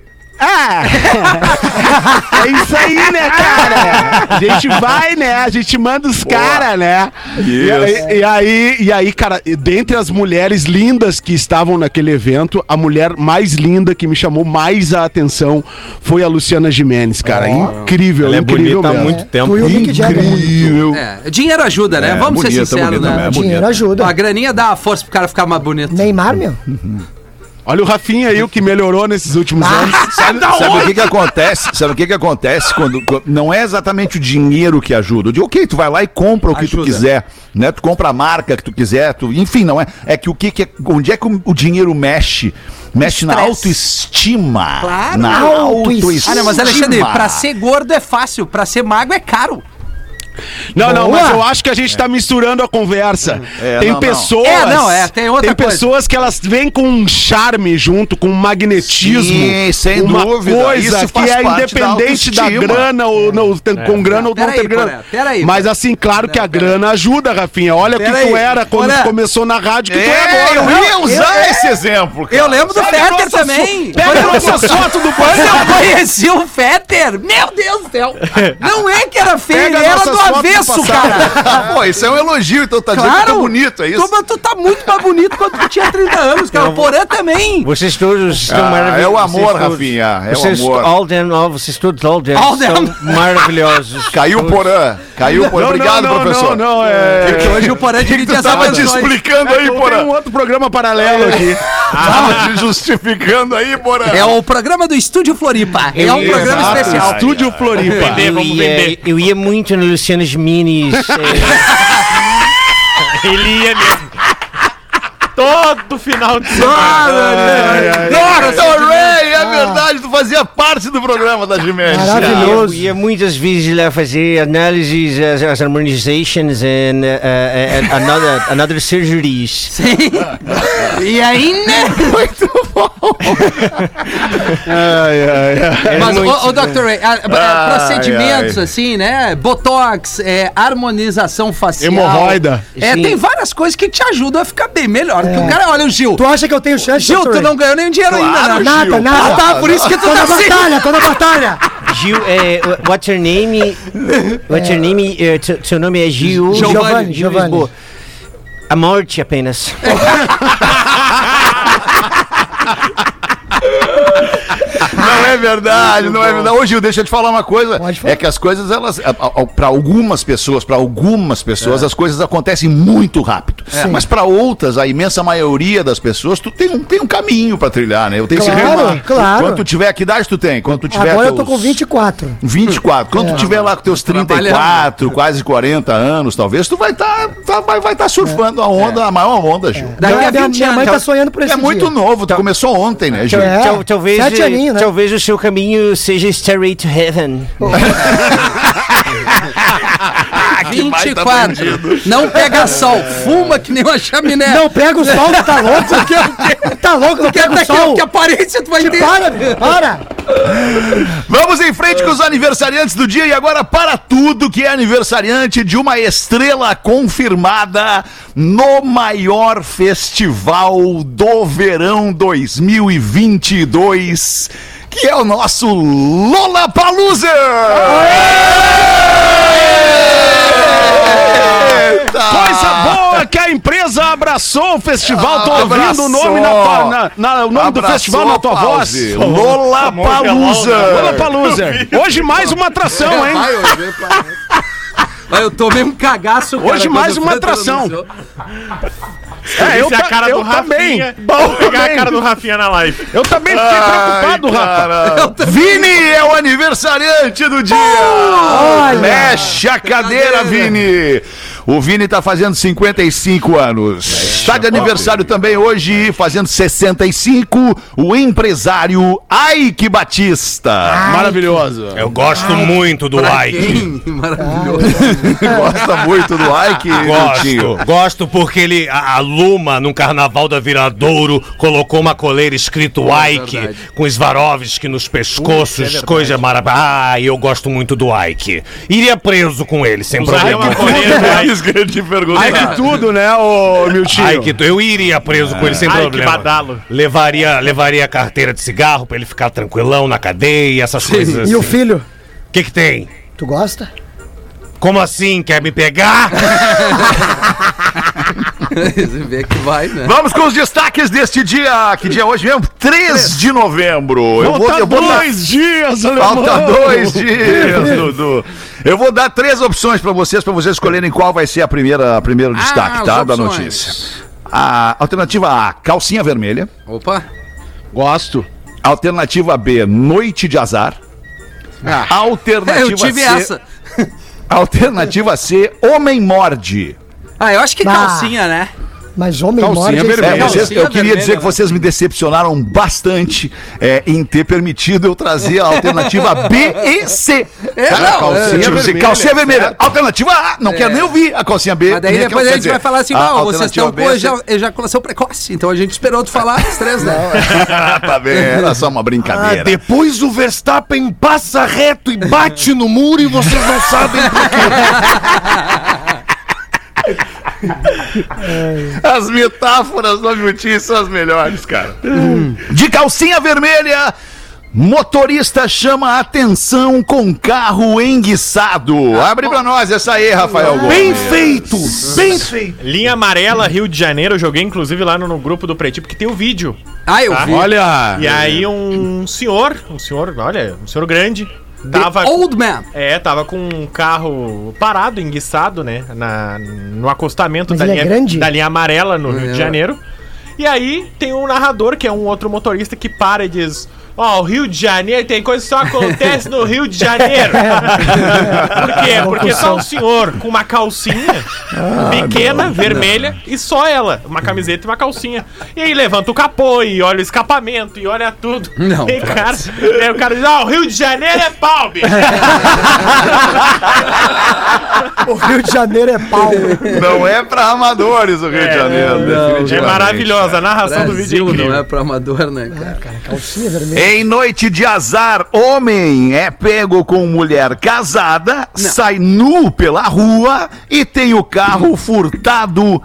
Speaker 4: É isso aí, né, cara? A gente vai, né? A gente manda os caras, né? E,
Speaker 8: Isso.
Speaker 4: e- e aí, e aí, cara, e dentre as mulheres lindas que estavam naquele evento, a mulher mais linda que me chamou mais a atenção foi a Luciana Jimenez, cara. incrível,
Speaker 6: Ela é
Speaker 4: incrível
Speaker 6: bonita há
Speaker 4: mesmo.
Speaker 6: muito tempo.
Speaker 7: Tu e o Mick Jagger.
Speaker 8: Incrível.
Speaker 3: É, dinheiro ajuda, né?
Speaker 8: É,
Speaker 3: Vamos ser
Speaker 8: bonita,
Speaker 3: sinceros,
Speaker 8: bonita
Speaker 3: né?
Speaker 8: mesmo.
Speaker 7: Dinheiro
Speaker 3: A
Speaker 7: ajuda.
Speaker 3: graninha dá uma força pro cara ficar mais bonito.
Speaker 7: Neymar, meu?
Speaker 4: Olha o Rafinha aí, o que melhorou nesses últimos anos.
Speaker 8: Ah, Sabe, sabe o que que acontece? Sabe o que que acontece quando, quando- não é exatamente o dinheiro que ajuda? Eu digo, ok, tu vai lá e compra o que tu
Speaker 3: Ajuda.
Speaker 8: quiser, né? Tu compra a marca que tu quiser, tu, enfim, não é. É que o que, que é- onde é que o, o dinheiro mexe? Mexe na
Speaker 3: Estresse.
Speaker 8: autoestima.
Speaker 3: Claro.
Speaker 8: Na
Speaker 7: Autoestima.
Speaker 8: autoestima.
Speaker 3: Ah, não, mas Alexandre, pra ser gordo é fácil, pra ser magro é caro.
Speaker 4: Não, não,
Speaker 7: Boa.
Speaker 4: mas eu acho que a gente tá misturando a conversa.
Speaker 8: É,
Speaker 4: tem
Speaker 8: não, não.
Speaker 4: pessoas.
Speaker 3: É, não, é, tem outra coisa.
Speaker 4: pessoas que elas vêm com um charme junto, com um magnetismo.
Speaker 8: Sim, sem
Speaker 4: uma
Speaker 8: dúvida.
Speaker 4: coisa
Speaker 8: Isso
Speaker 4: que
Speaker 8: faz
Speaker 4: é
Speaker 8: parte da
Speaker 4: independente da,
Speaker 8: autoestima. É.
Speaker 4: grana, ou não, tem- com grana ou não
Speaker 3: Pera
Speaker 4: ter
Speaker 3: aí,
Speaker 4: grana.
Speaker 3: Poré, pera aí,
Speaker 4: mas
Speaker 3: Poré.
Speaker 4: assim, claro que a
Speaker 3: Não, pera
Speaker 4: grana ajuda, Rafinha. Olha o que
Speaker 3: Pera
Speaker 4: tu
Speaker 3: aí,
Speaker 4: era quando
Speaker 3: Poré.
Speaker 4: tu começou na rádio, que tu é
Speaker 8: É,
Speaker 4: agora.
Speaker 8: eu ia usar esse exemplo. cara.
Speaker 3: Eu lembro do
Speaker 8: Sabe
Speaker 3: Fetter
Speaker 8: nossas-
Speaker 3: também.
Speaker 4: Pega nossas fotos do
Speaker 3: Quando
Speaker 4: banco.
Speaker 3: eu conheci o Fetter, meu Deus do céu, não é que era feio,
Speaker 4: Pega
Speaker 3: ele era
Speaker 4: nossas fotos
Speaker 3: do
Speaker 4: do
Speaker 3: avesso,
Speaker 4: passado.
Speaker 3: cara.
Speaker 8: Ah, Pô, isso é um elogio, então tá dizendo que tá bonito, é isso?
Speaker 3: Tu, tu tá muito mais bonito quando tu tinha 30 anos, cara. O Porã também.
Speaker 6: Vocês todos estão
Speaker 8: Ah,
Speaker 6: maravilhosos.
Speaker 8: é o amor,
Speaker 6: um Vocês todos-
Speaker 8: Rafinha, é o
Speaker 6: vocês
Speaker 8: amor.
Speaker 6: All them, all, vocês todos, all them,
Speaker 3: All
Speaker 6: são
Speaker 4: um-
Speaker 3: them.
Speaker 6: maravilhosos.
Speaker 8: Caiu o
Speaker 6: Todos.
Speaker 8: Porã. Caiu o Porã. Obrigado,
Speaker 4: não,
Speaker 8: professor.
Speaker 4: Não, não, é.
Speaker 3: Porque hoje o Porã
Speaker 8: que
Speaker 3: divide
Speaker 8: tu
Speaker 3: as
Speaker 8: tava te
Speaker 3: atenções.
Speaker 8: explicando aí,
Speaker 4: Tem
Speaker 8: Porã?
Speaker 4: um outro programa paralelo aqui.
Speaker 8: Tava te justificando aí, Porã.
Speaker 3: É o programa do Estúdio Floripa. É um
Speaker 6: Exato.
Speaker 3: programa especial.
Speaker 4: Estúdio Floripa.
Speaker 5: Vender,
Speaker 6: Eu
Speaker 5: vamos
Speaker 6: ia,
Speaker 5: vender.
Speaker 6: eu ia muito no Luciano Minis.
Speaker 9: eh,
Speaker 5: Ele ia mesmo. Todo final de semana.
Speaker 8: Ai, ai, Dr. Ray,
Speaker 7: Ah.
Speaker 8: é verdade, tu fazia parte do programa da Jimenez.
Speaker 6: Eu
Speaker 7: Maravilhoso.
Speaker 6: ia muitas vezes lá fazer análises, as, as harmonizations and,
Speaker 9: eh,
Speaker 6: uh, uh, and another, another surgeries.
Speaker 3: Sim. E né? ainda.
Speaker 8: Muito Ai, ai, ai.
Speaker 3: Mas, ô, ô Dr. Ray, a- a-
Speaker 8: É Ai,
Speaker 3: procedimentos
Speaker 8: ai.
Speaker 3: assim, né? Botox, é, harmonização facial.
Speaker 4: Hemorroida.
Speaker 3: É, tem várias coisas que te ajudam a ficar bem melhor. Que o cara, olha o Gil.
Speaker 7: É. Tu acha que eu tenho chance,
Speaker 3: Gil,
Speaker 7: Dr.
Speaker 3: tu
Speaker 7: Ray?
Speaker 3: não ganhou nenhum dinheiro ainda,
Speaker 8: Claro,
Speaker 3: né?
Speaker 7: Nada,
Speaker 8: Gil,
Speaker 7: nada.
Speaker 3: Ah, tá, por isso que tu
Speaker 7: Tô
Speaker 3: tá
Speaker 7: na
Speaker 3: assim.
Speaker 7: batalha, tô na batalha.
Speaker 9: Gil, é, what's your name? What's your name? É, seu- seu nome é Gil.
Speaker 7: Giovanni,
Speaker 9: Gil
Speaker 7: Giovanni.
Speaker 9: Lisboa. A morte apenas.
Speaker 8: Não é verdade, não é verdade. Ô, Gil, deixa eu te falar uma coisa.
Speaker 7: Pode falar.
Speaker 8: É que as coisas, elas. Para algumas pessoas, para algumas pessoas,
Speaker 7: É.
Speaker 8: as coisas acontecem muito rápido. Mas para outras, a imensa maioria das pessoas, tu tem um, tem um caminho para trilhar, né? Eu tenho
Speaker 10: é
Speaker 8: esse
Speaker 7: Claro,
Speaker 8: remar.
Speaker 7: claro.
Speaker 8: Quando tu tiver, que idade tu tem? Quando tu tiver.
Speaker 7: Agora eu tô
Speaker 8: teus-
Speaker 7: com É. 24.
Speaker 8: 24. Quando tu tiver lá com teus 34, quase 40 anos, talvez, tu vai estar vai, vai tá surfando
Speaker 7: É.
Speaker 8: a onda, a maior onda, Gil.
Speaker 3: Daqui
Speaker 7: Minha-
Speaker 3: a 20
Speaker 7: minha mãe
Speaker 3: é anos.
Speaker 7: tá sonhando por esse
Speaker 8: É muito
Speaker 7: dia.
Speaker 8: novo, tu começou ontem, né, Gil?
Speaker 7: É,
Speaker 9: Tal- talvez,
Speaker 7: sete
Speaker 9: eh,
Speaker 7: aninhos, né?
Speaker 9: talvez o seu caminho seja Stairway to Heaven.
Speaker 3: 24. Não pega sol.
Speaker 8: É.
Speaker 3: Fuma que nem uma chaminé.
Speaker 7: Não, pega o sol, tá louco? tá louco, não
Speaker 3: que,
Speaker 7: pega o
Speaker 3: até que,
Speaker 7: sol.
Speaker 3: que aparência tu vai ter.
Speaker 7: Para, meu, para.
Speaker 8: Vamos em frente com os aniversariantes do dia e agora para tudo que é aniversariante de uma estrela confirmada no maior festival do verão 2022, que é o nosso Lola Palusa!
Speaker 4: Coisa boa que a empresa abraçou o festival. Tô ouvindo
Speaker 8: Abraçou.
Speaker 4: o nome na tua, na- na- o nome do
Speaker 8: Abraçou
Speaker 4: festival na tua
Speaker 8: a
Speaker 4: voz.
Speaker 8: pause. Lola Palusa!
Speaker 4: Lollapalooza. Hoje mais uma atração, hein?
Speaker 3: Mas eu tomei um cagaço, cara,
Speaker 4: Hoje mais
Speaker 3: quando
Speaker 4: uma
Speaker 3: o Fred
Speaker 4: atração.
Speaker 3: anunciou.
Speaker 4: É, eu,
Speaker 5: Esse é
Speaker 4: ta-
Speaker 5: a cara
Speaker 4: eu
Speaker 5: do Rafinha.
Speaker 4: também. Eu
Speaker 5: Vou pegar a
Speaker 4: também.
Speaker 5: cara do Rafinha na live.
Speaker 4: Eu também fiquei preocupado, Rafa.
Speaker 8: Ah. Vini é o aniversariante do dia! Mexe a cadeira,
Speaker 3: Cadeira.
Speaker 8: Vini! O Vini tá fazendo 55 anos.
Speaker 3: É,
Speaker 8: Está de aniversário também hoje, fazendo 65, o empresário Ike Batista.
Speaker 4: Maravilhoso.
Speaker 2: Eu gosto muito do Ike.
Speaker 3: Ih, Maravilhoso.
Speaker 8: Gosta muito do Ike, Miltinho.
Speaker 2: Ah, Gosto, gosto porque ele, a, a Luma, num carnaval da Viradouro, colocou uma coleira escrito
Speaker 8: é
Speaker 2: Ike, com Svarovski nos pescoços, coisa maravilhosa. Ah, eu gosto muito do Ike. Iria preso com ele, sem
Speaker 5: Usaria
Speaker 2: problema.
Speaker 5: uma coleira do Ike.
Speaker 8: né? isso que eu ia te perguntar.
Speaker 4: Ai que tudo, né, ô Miltinho?
Speaker 2: Ai, que tu- eu iria preso
Speaker 8: É.
Speaker 2: com ele sem
Speaker 5: Ai, que
Speaker 2: problema.
Speaker 5: badalo.
Speaker 2: Levaria, levaria a carteira de cigarro pra ele ficar tranquilão na cadeia, essas coisas.
Speaker 7: E o
Speaker 2: assim.
Speaker 7: filho?
Speaker 2: que que tem?
Speaker 7: Tu gosta?
Speaker 2: Como assim? Quer me pegar?
Speaker 7: Ah.
Speaker 3: Você vê que vai, né?
Speaker 8: Vamos com os destaques deste dia. Que dia é hoje mesmo? 3 de novembro. Eu vou,
Speaker 4: Falta
Speaker 8: eu vou dar-
Speaker 4: dois dias, alemão.
Speaker 8: Falta dois dias, Dudu. Eu vou dar três opções pra vocês, pra vocês escolherem qual vai ser a primeira, a primeiro destaque,
Speaker 3: Ah, as
Speaker 8: tá? Da
Speaker 3: opções.
Speaker 8: notícia. A alternativa A, calcinha vermelha.
Speaker 3: Opa.
Speaker 4: Gosto.
Speaker 8: Alternativa B, noite de azar. Alternativa
Speaker 3: É, eu tive
Speaker 8: C,
Speaker 3: essa.
Speaker 8: Alternativa C, homem morde.
Speaker 3: Ah, eu acho que
Speaker 7: Ah.
Speaker 3: calcinha, né?
Speaker 7: Mas homem
Speaker 4: Calcinha
Speaker 7: morde. isso
Speaker 8: É,
Speaker 4: vermelha.
Speaker 7: não.
Speaker 8: vocês-
Speaker 3: calcinha
Speaker 8: eu queria
Speaker 3: vermelha,
Speaker 8: dizer que
Speaker 3: né?
Speaker 8: vocês me decepcionaram bastante é, em ter permitido eu trazer a alternativa B e C.
Speaker 3: É,
Speaker 8: Tá?
Speaker 3: não,
Speaker 8: calcinha,
Speaker 3: é,
Speaker 8: tipo
Speaker 4: vermelha,
Speaker 8: assim, calcinha vermelha. Alternativa A, não quero nem ouvir a calcinha B.
Speaker 3: Mas daí
Speaker 8: nem aqui,
Speaker 3: depois a
Speaker 8: É, quer
Speaker 3: gente
Speaker 8: dizer,
Speaker 3: vai falar assim,
Speaker 8: a
Speaker 3: não, vocês
Speaker 8: alternativa
Speaker 3: estão
Speaker 8: B
Speaker 3: com
Speaker 8: é C.
Speaker 3: eja- ejaculação precoce. Então a gente esperou tu falar as três, né?
Speaker 8: tá bem, era só uma brincadeira.
Speaker 2: Ah, depois o Verstappen passa reto e bate no muro e vocês não sabem por quê.
Speaker 8: As metáforas do Miltinho são as melhores, cara. De calcinha vermelha, motorista chama a atenção com carro enguiçado. Abre pra nós essa aí, Rafael Gomes.
Speaker 2: Bem feito, bem feito.
Speaker 5: Linha amarela, Rio de Janeiro. Eu joguei, inclusive, lá no, no grupo do Pretipo, que tem o vídeo.
Speaker 3: Ah, eu vi.
Speaker 4: Olha.
Speaker 5: E aí um senhor, um senhor, olha, um senhor grande, tava...
Speaker 3: The Old Man.
Speaker 5: É, tava com um carro parado, enguiçado, né? Na, no acostamento
Speaker 7: Mas
Speaker 5: da
Speaker 7: ele é
Speaker 5: linha,
Speaker 7: grande?
Speaker 5: da linha amarela no Rio
Speaker 3: É.
Speaker 5: de Janeiro. E aí tem um narrador, que é um outro motorista, que para e diz: Ó, o Rio de Janeiro tem coisa que só acontece no Rio de Janeiro.
Speaker 7: É.
Speaker 5: Por quê? Porque só um senhor com uma calcinha
Speaker 7: Ah,
Speaker 5: pequena, vermelha, e só ela. Uma camiseta e uma calcinha. E aí levanta o capô e olha o escapamento e olha tudo.
Speaker 3: Não,
Speaker 5: E aí, cara, e aí o cara diz, ó, o Rio de Janeiro é pau, bicho.
Speaker 7: O Rio de Janeiro é pau.
Speaker 8: Não é pra amadores o Rio de Janeiro.
Speaker 5: É
Speaker 8: definitivamente.
Speaker 5: maravilhosa, a narração do vídeo é
Speaker 3: Brasil
Speaker 5: incrível.
Speaker 3: não é pra amador, né, cara?
Speaker 7: Calcinha vermelha.
Speaker 8: Em noite de azar, homem é pego com mulher casada, sai nu pela rua e tem o carro furtado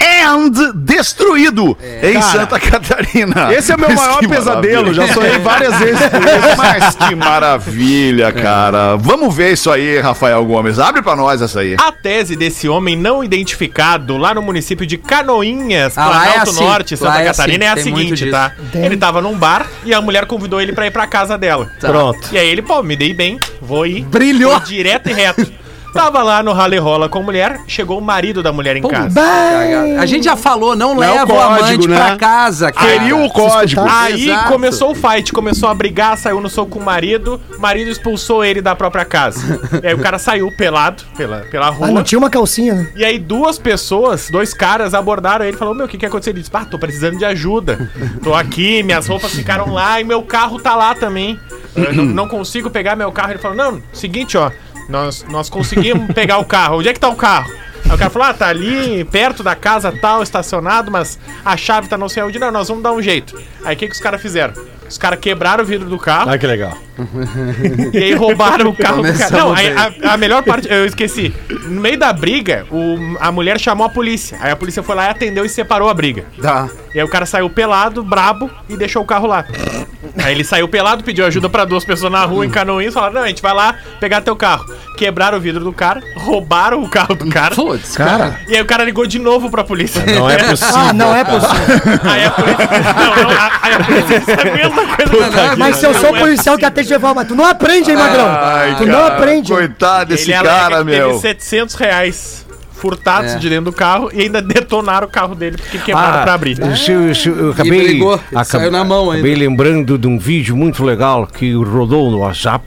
Speaker 8: and destruído em Santa Catarina.
Speaker 4: É. Esse é o meu
Speaker 8: Mas
Speaker 4: maior
Speaker 8: que
Speaker 4: pesadelo,
Speaker 8: maravilha.
Speaker 4: já sonhei várias vezes com isso.
Speaker 8: Mas que maravilha, cara. Vamos ver isso aí, Rafael Gomes. Abre pra nós essa aí.
Speaker 5: A tese desse homem não identificado lá no município de Canoinhas,
Speaker 3: Ah, lá
Speaker 5: Planalto
Speaker 3: é assim.
Speaker 5: Norte, Santa
Speaker 3: Lá é
Speaker 5: Catarina,
Speaker 3: assim.
Speaker 5: é a
Speaker 3: Tem muito
Speaker 5: seguinte,
Speaker 3: disso.
Speaker 5: tá? Ele tava num bar e a mulher convidou ele pra ir pra casa dela.
Speaker 3: Tá.
Speaker 6: Pronto.
Speaker 5: E aí ele, pô, me dei bem, vou ir.
Speaker 3: Brilhou.
Speaker 5: Foi direto e reto. Tava lá no rally rola com a mulher, chegou o marido da mulher em casa.
Speaker 3: Cagada. A gente já falou, não, leva o
Speaker 4: código,
Speaker 3: amante
Speaker 4: né?
Speaker 3: pra casa, cara.
Speaker 4: Feriu o código.
Speaker 7: escutar?
Speaker 5: Aí
Speaker 3: Exato.
Speaker 5: começou o fight, começou a brigar, saiu no soco com o marido, o marido expulsou ele da própria casa. e aí o cara saiu pelado pela, pela rua.
Speaker 7: Ah, não tinha uma calcinha, né?
Speaker 5: E aí duas pessoas, dois caras abordaram ele e falaram, meu, o que, que aconteceu? Ele disse, ah, tô precisando de ajuda. Tô aqui, minhas roupas ficaram lá e meu carro tá lá também. Eu não, não consigo pegar meu carro. Ele falou, não, seguinte, ó, nós, nós conseguimos pegar o carro. Onde é que tá o carro? Aí o cara falou, ah, tá ali, perto da casa tal, estacionado, mas a chave tá não sei onde. Não, nós vamos dar um jeito. Aí o que, que os caras fizeram? Os caras quebraram o vidro do carro.
Speaker 6: que legal.
Speaker 5: E aí roubaram o carro do cara. Não,
Speaker 3: Começamos
Speaker 5: aí a, a melhor parte, eu esqueci. No meio da briga, o- a mulher chamou a polícia. Aí a polícia foi lá e atendeu e separou a briga.
Speaker 3: Tá.
Speaker 5: E aí o cara saiu pelado, brabo, e deixou o carro lá. Aí ele saiu pelado, pediu ajuda pra duas pessoas na rua, em Canoinhas, falaram, não, a gente vai lá pegar teu carro. Quebraram o vidro do cara, roubaram o carro do cara.
Speaker 3: Putz, cara.
Speaker 5: E aí o cara ligou de novo pra polícia.
Speaker 6: Não é possível.
Speaker 7: Ah, não é possível.
Speaker 5: Aí a polícia... Não, não, a, aí a polícia disse a mesma coisa.
Speaker 3: Não, não,
Speaker 7: Mas se eu sou
Speaker 5: Não é
Speaker 7: policial que atende levar, mas tu não aprende, hein, Magrão? tu não aprende.
Speaker 8: Coitado Tá, desse
Speaker 5: alega
Speaker 8: cara,
Speaker 5: que teve
Speaker 8: meu.
Speaker 5: 700 reais furtados
Speaker 3: É.
Speaker 5: de dentro do carro e ainda detonaram o carro dele porque quebraram
Speaker 6: Ah.
Speaker 5: pra abrir.
Speaker 6: Eu, eu- eu- eu acabei,
Speaker 3: brigou, ele saiu na mão ainda.
Speaker 6: acabei lembrando de um vídeo muito legal que rodou no WhatsApp,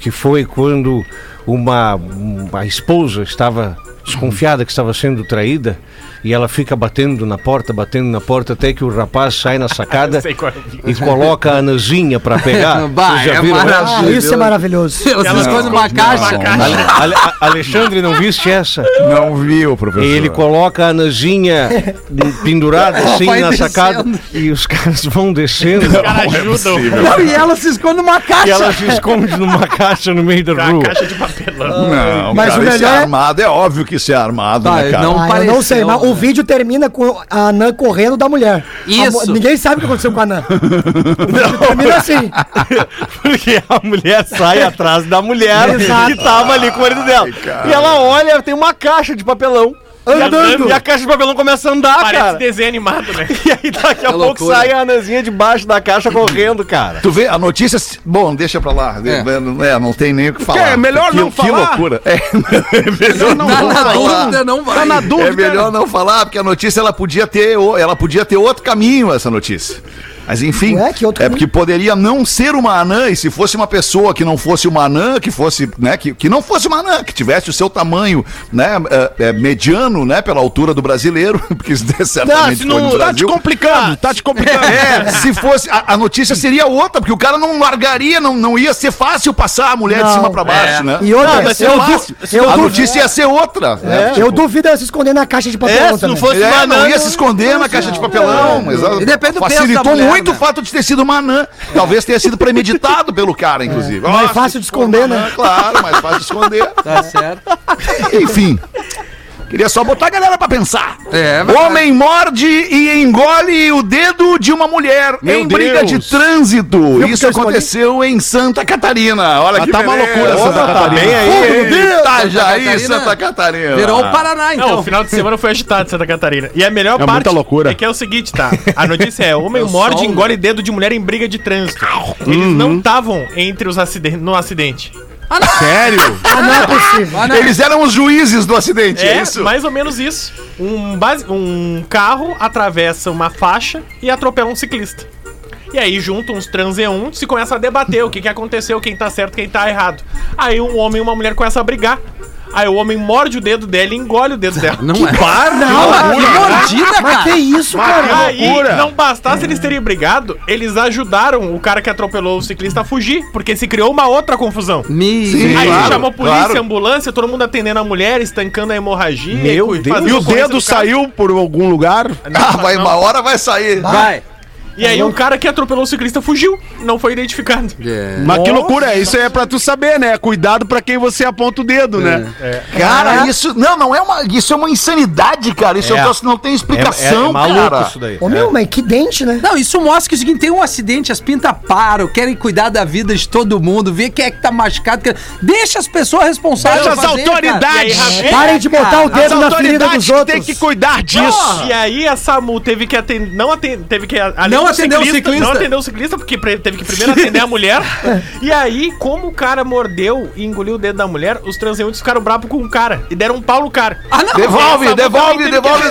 Speaker 6: que foi quando uma, uma esposa estava desconfiada que estava sendo traída e ela fica batendo na porta, batendo na porta até que o rapaz sai na sacada
Speaker 5: Sei qual é.
Speaker 6: e coloca a Anazinha para pegar.
Speaker 3: Bah,
Speaker 6: Vocês já
Speaker 3: é
Speaker 6: viram né? essa?
Speaker 3: maravilhoso.
Speaker 7: Ah, isso é maravilhoso.
Speaker 3: Elas
Speaker 5: Ela
Speaker 3: coisas
Speaker 5: esconde
Speaker 3: numa
Speaker 5: numa
Speaker 3: caixa.
Speaker 5: caixa.
Speaker 6: Ale- Ale- A- Alexandre, não viste essa?
Speaker 8: Não viu, é um professor.
Speaker 6: Ele coloca a Anazinha pendurada assim
Speaker 3: Vai
Speaker 6: na sacada
Speaker 3: descendo.
Speaker 6: e os caras vão descendo.
Speaker 5: Os caras ajudam.
Speaker 3: Não, e ela se esconde numa
Speaker 6: E
Speaker 3: caixa.
Speaker 6: ela se esconde numa caixa no meio da
Speaker 5: A
Speaker 6: rua.
Speaker 5: caixa de papelão.
Speaker 8: Não,
Speaker 7: Mas
Speaker 8: cara,
Speaker 7: o
Speaker 8: esse é
Speaker 7: melhor é-
Speaker 8: armado, é óbvio que isso é armado,
Speaker 3: Vai,
Speaker 8: né, cara?
Speaker 3: não.
Speaker 7: Ah, eu não
Speaker 3: pareceu,
Speaker 7: sei, mas
Speaker 3: né?
Speaker 7: o vídeo termina com a Anã correndo da mulher.
Speaker 3: Isso.
Speaker 7: A mu- ninguém sabe o que aconteceu com a Anã. Termina assim.
Speaker 6: Porque a mulher sai atrás da mulher assim, que tava ali com o marido dela. e ela olha, tem uma caixa de papelão. Andando.
Speaker 5: andando.
Speaker 6: E a caixa de papelão começa a andar,
Speaker 5: Parece
Speaker 6: cara.
Speaker 5: desenho animado, né?
Speaker 6: E aí daqui a
Speaker 3: É
Speaker 6: pouco
Speaker 3: loucura.
Speaker 6: sai a Anazinha debaixo da caixa correndo,
Speaker 4: Tá.
Speaker 6: cara.
Speaker 8: Tu vê, a notícia. se- Bom, deixa pra lá.
Speaker 3: É.
Speaker 8: É, não- é, não tem nem o que falar.
Speaker 4: é melhor não
Speaker 8: Que
Speaker 4: falar?
Speaker 8: loucura. É, é melhor não,
Speaker 3: Tá na
Speaker 8: falar.
Speaker 3: dúvida, não vai.
Speaker 4: Tá na dúvida.
Speaker 8: É melhor não falar, porque a notícia ela podia ter, o- ela podia ter outro caminho, essa notícia. Mas enfim,
Speaker 7: Ué, que outro
Speaker 8: é
Speaker 7: caminho?
Speaker 8: porque poderia não ser uma anã, e se fosse uma pessoa que não fosse uma anã, que fosse, né, que, que não fosse uma anã, que tivesse o seu tamanho, né, é, é, mediano, né, pela altura do brasileiro, porque isso é certamente foi no
Speaker 4: Tá te
Speaker 8: Brasil. Ah,
Speaker 4: complicando, tá te complicando.
Speaker 8: É, se fosse, a, a notícia seria outra, porque o cara não largaria, não, não ia ser fácil passar a mulher de
Speaker 7: Não.
Speaker 8: cima pra baixo,
Speaker 3: É.
Speaker 8: né?
Speaker 7: E outra,
Speaker 8: Não, mas
Speaker 7: eu
Speaker 8: sei lá,
Speaker 7: du-
Speaker 8: se-
Speaker 7: eu É,
Speaker 8: a
Speaker 7: du-
Speaker 8: notícia ia ser outra. né?
Speaker 7: Eu duvido ela se esconder na caixa de papelão também.
Speaker 8: É, não ia se esconder na caixa de papelão. exato.
Speaker 3: E depende do peso da
Speaker 8: Facilitou
Speaker 3: mulher,
Speaker 8: muito
Speaker 3: né?
Speaker 8: o fato de ter sido uma anã. Talvez tenha sido premeditado pelo cara, inclusive.
Speaker 7: Mais
Speaker 8: Nossa,
Speaker 7: é fácil de
Speaker 8: se for
Speaker 7: esconder,
Speaker 8: uma
Speaker 7: né?
Speaker 8: anã, Claro, mais fácil de esconder.
Speaker 3: Tá certo.
Speaker 8: Enfim. Queria só botar a galera pra pensar.
Speaker 3: É, mas-
Speaker 8: Homem morde e engole o dedo de uma mulher em briga de trânsito.
Speaker 7: que
Speaker 8: Isso
Speaker 7: eu escolhi?
Speaker 8: aconteceu em Santa Catarina. Olha que
Speaker 6: tá uma
Speaker 8: beleza.
Speaker 6: loucura Santa
Speaker 8: Opa,
Speaker 5: Ah.
Speaker 6: Catarina.
Speaker 8: Tá bem aí. hein?
Speaker 3: Catarina
Speaker 8: Itajaí, Santa Catarina.
Speaker 3: Virou o Paraná,
Speaker 5: Não,
Speaker 3: então.
Speaker 5: o final de semana foi agitado em Santa Catarina. E a melhor parte
Speaker 4: muita loucura.
Speaker 5: é que é o seguinte, tá? A notícia é: homem
Speaker 3: É o
Speaker 5: morde
Speaker 3: sol,
Speaker 5: e engole dedo de mulher em briga de trânsito. Eles não estavam entre os acidentes no acidente.
Speaker 4: Sério?
Speaker 7: Ah, não é possível.
Speaker 3: Ah, não.
Speaker 8: Eles eram os juízes do acidente, é,
Speaker 5: É,
Speaker 8: isso?
Speaker 5: mais ou menos isso. Um, base- um carro atravessa uma faixa e atropela um ciclista. E aí juntam uns transeuntes e começa a debater o que, que aconteceu, quem tá certo, quem tá errado. Aí um homem e uma mulher começam a brigar. Aí o homem morde o dedo dela e engole o dedo dela.
Speaker 3: Não é. Bar, não, que mordida,
Speaker 7: Mas que
Speaker 3: cara.
Speaker 7: isso, cara?
Speaker 5: Aí, não bastasse eles terem brigado, eles ajudaram o cara que atropelou o ciclista a fugir, porque se criou uma outra confusão.
Speaker 3: Me...
Speaker 5: Aí
Speaker 8: claro,
Speaker 5: chamou polícia,
Speaker 8: claro.
Speaker 5: ambulância, todo mundo atendendo a mulher, estancando a hemorragia.
Speaker 6: Meu
Speaker 5: e cu-
Speaker 6: Deus.
Speaker 5: fazendo
Speaker 4: E o
Speaker 5: socorrência
Speaker 4: dedo
Speaker 5: do cara.
Speaker 4: saiu por algum lugar?
Speaker 8: Ah, vai, uma hora vai sair.
Speaker 3: Vai.
Speaker 5: E aí o cara que atropelou o ciclista fugiu, não foi identificado.
Speaker 4: Mas que loucura, isso aí é pra tu saber, né? Cuidado pra quem você aponta o dedo, né?
Speaker 3: É.
Speaker 8: Cara, isso. Não, não é uma. Isso é uma insanidade, cara. Isso é, um troço que não tem explicação,
Speaker 6: maluco
Speaker 8: cara.
Speaker 6: isso daí.
Speaker 7: Ô, meu, mas que dente, né?
Speaker 3: Não, isso mostra que o seguinte, tem um acidente, as pintas param, querem cuidar da vida de todo mundo, ver quem é que tá machucado. quem- Deixa as pessoas responsáveis.
Speaker 4: Deixa as
Speaker 3: fazer, cara.
Speaker 4: autoridades.
Speaker 3: E aí,
Speaker 7: Parem de botar o
Speaker 3: cara.
Speaker 7: dedo na ferida dos outros.
Speaker 4: têm que cuidar disso.
Speaker 5: E aí a SAMU teve que atender. Não atender. Teve que, a- além do
Speaker 3: Não atendeu o ciclista.
Speaker 5: Não atendeu o ciclista, porque pre- teve que primeiro atender a mulher. e aí, como o cara mordeu e engoliu o dedo da mulher, os transeuntes ficaram bravos com o cara e deram um pau no cara.
Speaker 3: Ah, não.
Speaker 8: Devolve, devolve, devolve.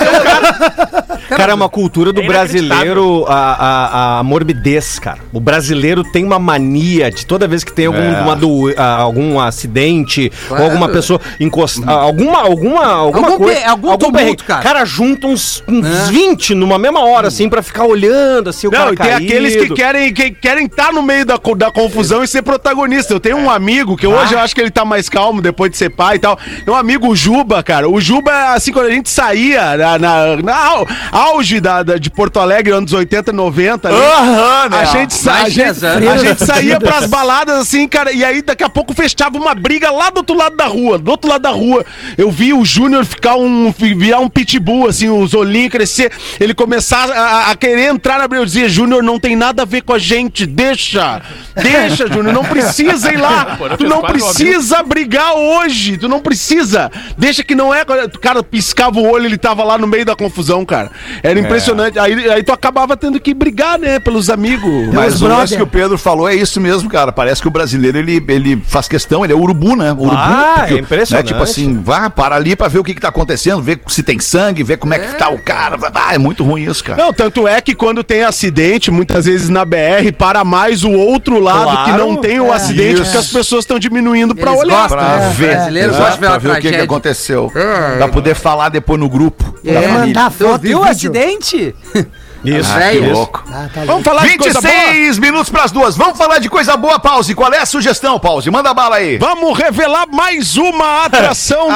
Speaker 6: Cara, é uma cultura do
Speaker 5: É
Speaker 6: brasileiro, a, a, a morbidez, cara. O brasileiro tem uma mania de toda vez que tem algum, uma do- ah, algum acidente,
Speaker 3: Claro.
Speaker 6: ou alguma pessoa encostar, alguma, alguma, alguma
Speaker 3: Algum
Speaker 6: coisa.
Speaker 3: pe- algum tumulto,
Speaker 6: perrengue.
Speaker 3: cara.
Speaker 6: Cara, junta uns, uns
Speaker 3: É.
Speaker 6: 20 numa mesma hora, assim, pra ficar olhando, assim, o
Speaker 4: Não,
Speaker 3: Tá
Speaker 6: cara
Speaker 4: e tem
Speaker 6: caído.
Speaker 4: aqueles que querem que querem estar no meio da, co- da confusão e ser protagonista. Eu tenho um amigo que hoje
Speaker 3: Ah.
Speaker 4: eu acho que ele tá mais calmo depois de ser pai e tal. Tem um amigo, o Juba, cara. O Juba, assim, quando a gente saía na, na- na au- auge da, da- de Porto Alegre, anos 80, 90, ali,
Speaker 8: Aham,
Speaker 4: a gente, sa- a,
Speaker 3: né? Mais de
Speaker 4: gente,
Speaker 3: dez anos.
Speaker 4: a gente saía pras baladas assim, cara, e aí daqui a pouco fechava uma briga lá do outro lado da rua. Do outro lado da rua, eu vi o Júnior ficar um. virar um pitbull, assim, os olhinhos crescer, ele começar a, a querer entrar na briga. Eu dizia, Júnior, não tem nada a ver com a gente, deixa! Deixa, Júnior, não precisa ir lá!
Speaker 5: Porã
Speaker 4: Tu
Speaker 5: fez
Speaker 4: não
Speaker 5: quatro
Speaker 4: precisa brigar hoje, tu não precisa! Deixa que não é. Cara, piscava o olho, ele tava lá no meio da confusão, cara. Era impressionante. Aí, aí tu acabava tendo que brigar, né, pelos amigos. um, né?
Speaker 8: Mas o lance
Speaker 7: brother.
Speaker 8: que o Pedro falou é isso mesmo, cara. Parece que o brasileiro ele, ele faz questão, ele é urubu, né? Urubu.
Speaker 6: Ah,
Speaker 8: porque,
Speaker 6: é impressionante.
Speaker 8: Né? Tipo assim, vá, para ali pra ver o que, que tá acontecendo, ver se tem sangue, ver como é que tá o cara. Ah, é muito ruim isso, cara.
Speaker 4: Não, tanto é que quando tem acidente, muitas vezes na BR, para mais o outro lado
Speaker 6: Claro.
Speaker 4: que não tem o acidente, porque as pessoas estão diminuindo pra
Speaker 3: Eles
Speaker 4: olhar.
Speaker 3: gostam.
Speaker 8: Pra
Speaker 3: É,
Speaker 8: ver,
Speaker 3: brasileiro
Speaker 8: exato,
Speaker 3: gosta de ver
Speaker 8: pra
Speaker 3: uma
Speaker 8: ver o que, que
Speaker 3: tragédia.
Speaker 8: aconteceu. pra poder falar depois no grupo. da
Speaker 7: É
Speaker 8: família.
Speaker 7: mandar
Speaker 3: Tu
Speaker 7: foto e
Speaker 3: viu o
Speaker 7: vídeo.
Speaker 3: um acidente?
Speaker 6: Isso,
Speaker 8: Ah, que
Speaker 3: Velho.
Speaker 8: louco.
Speaker 7: Ah, tá louco.
Speaker 4: Vamos falar de coisa boa?
Speaker 8: 26 minutos pras duas. Vamos falar de coisa boa, Pause. Qual é a sugestão, Pause? Manda bala aí.
Speaker 4: Vamos revelar mais uma atração do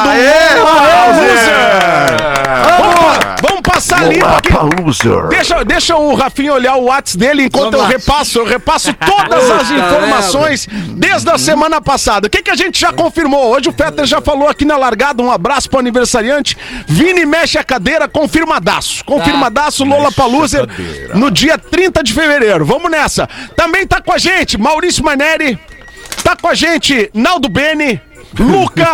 Speaker 4: Vamos, vamos passar ali pra quem-
Speaker 8: loser.
Speaker 4: Deixa, deixa o Rafinha olhar o Whats dele enquanto eu repasso. Eu repasso todas as informações desde a semana passada. O que, que a gente já confirmou? Hoje o Fetter já falou aqui na largada. Um abraço pro aniversariante. Vini mexe a cadeira, confirmadaço. Confirmadaço, Lola Palusa no dia 30 de fevereiro. Vamos nessa. Também tá com a gente Maurício Maneri. Tá com a gente Naldo Bene. Luca,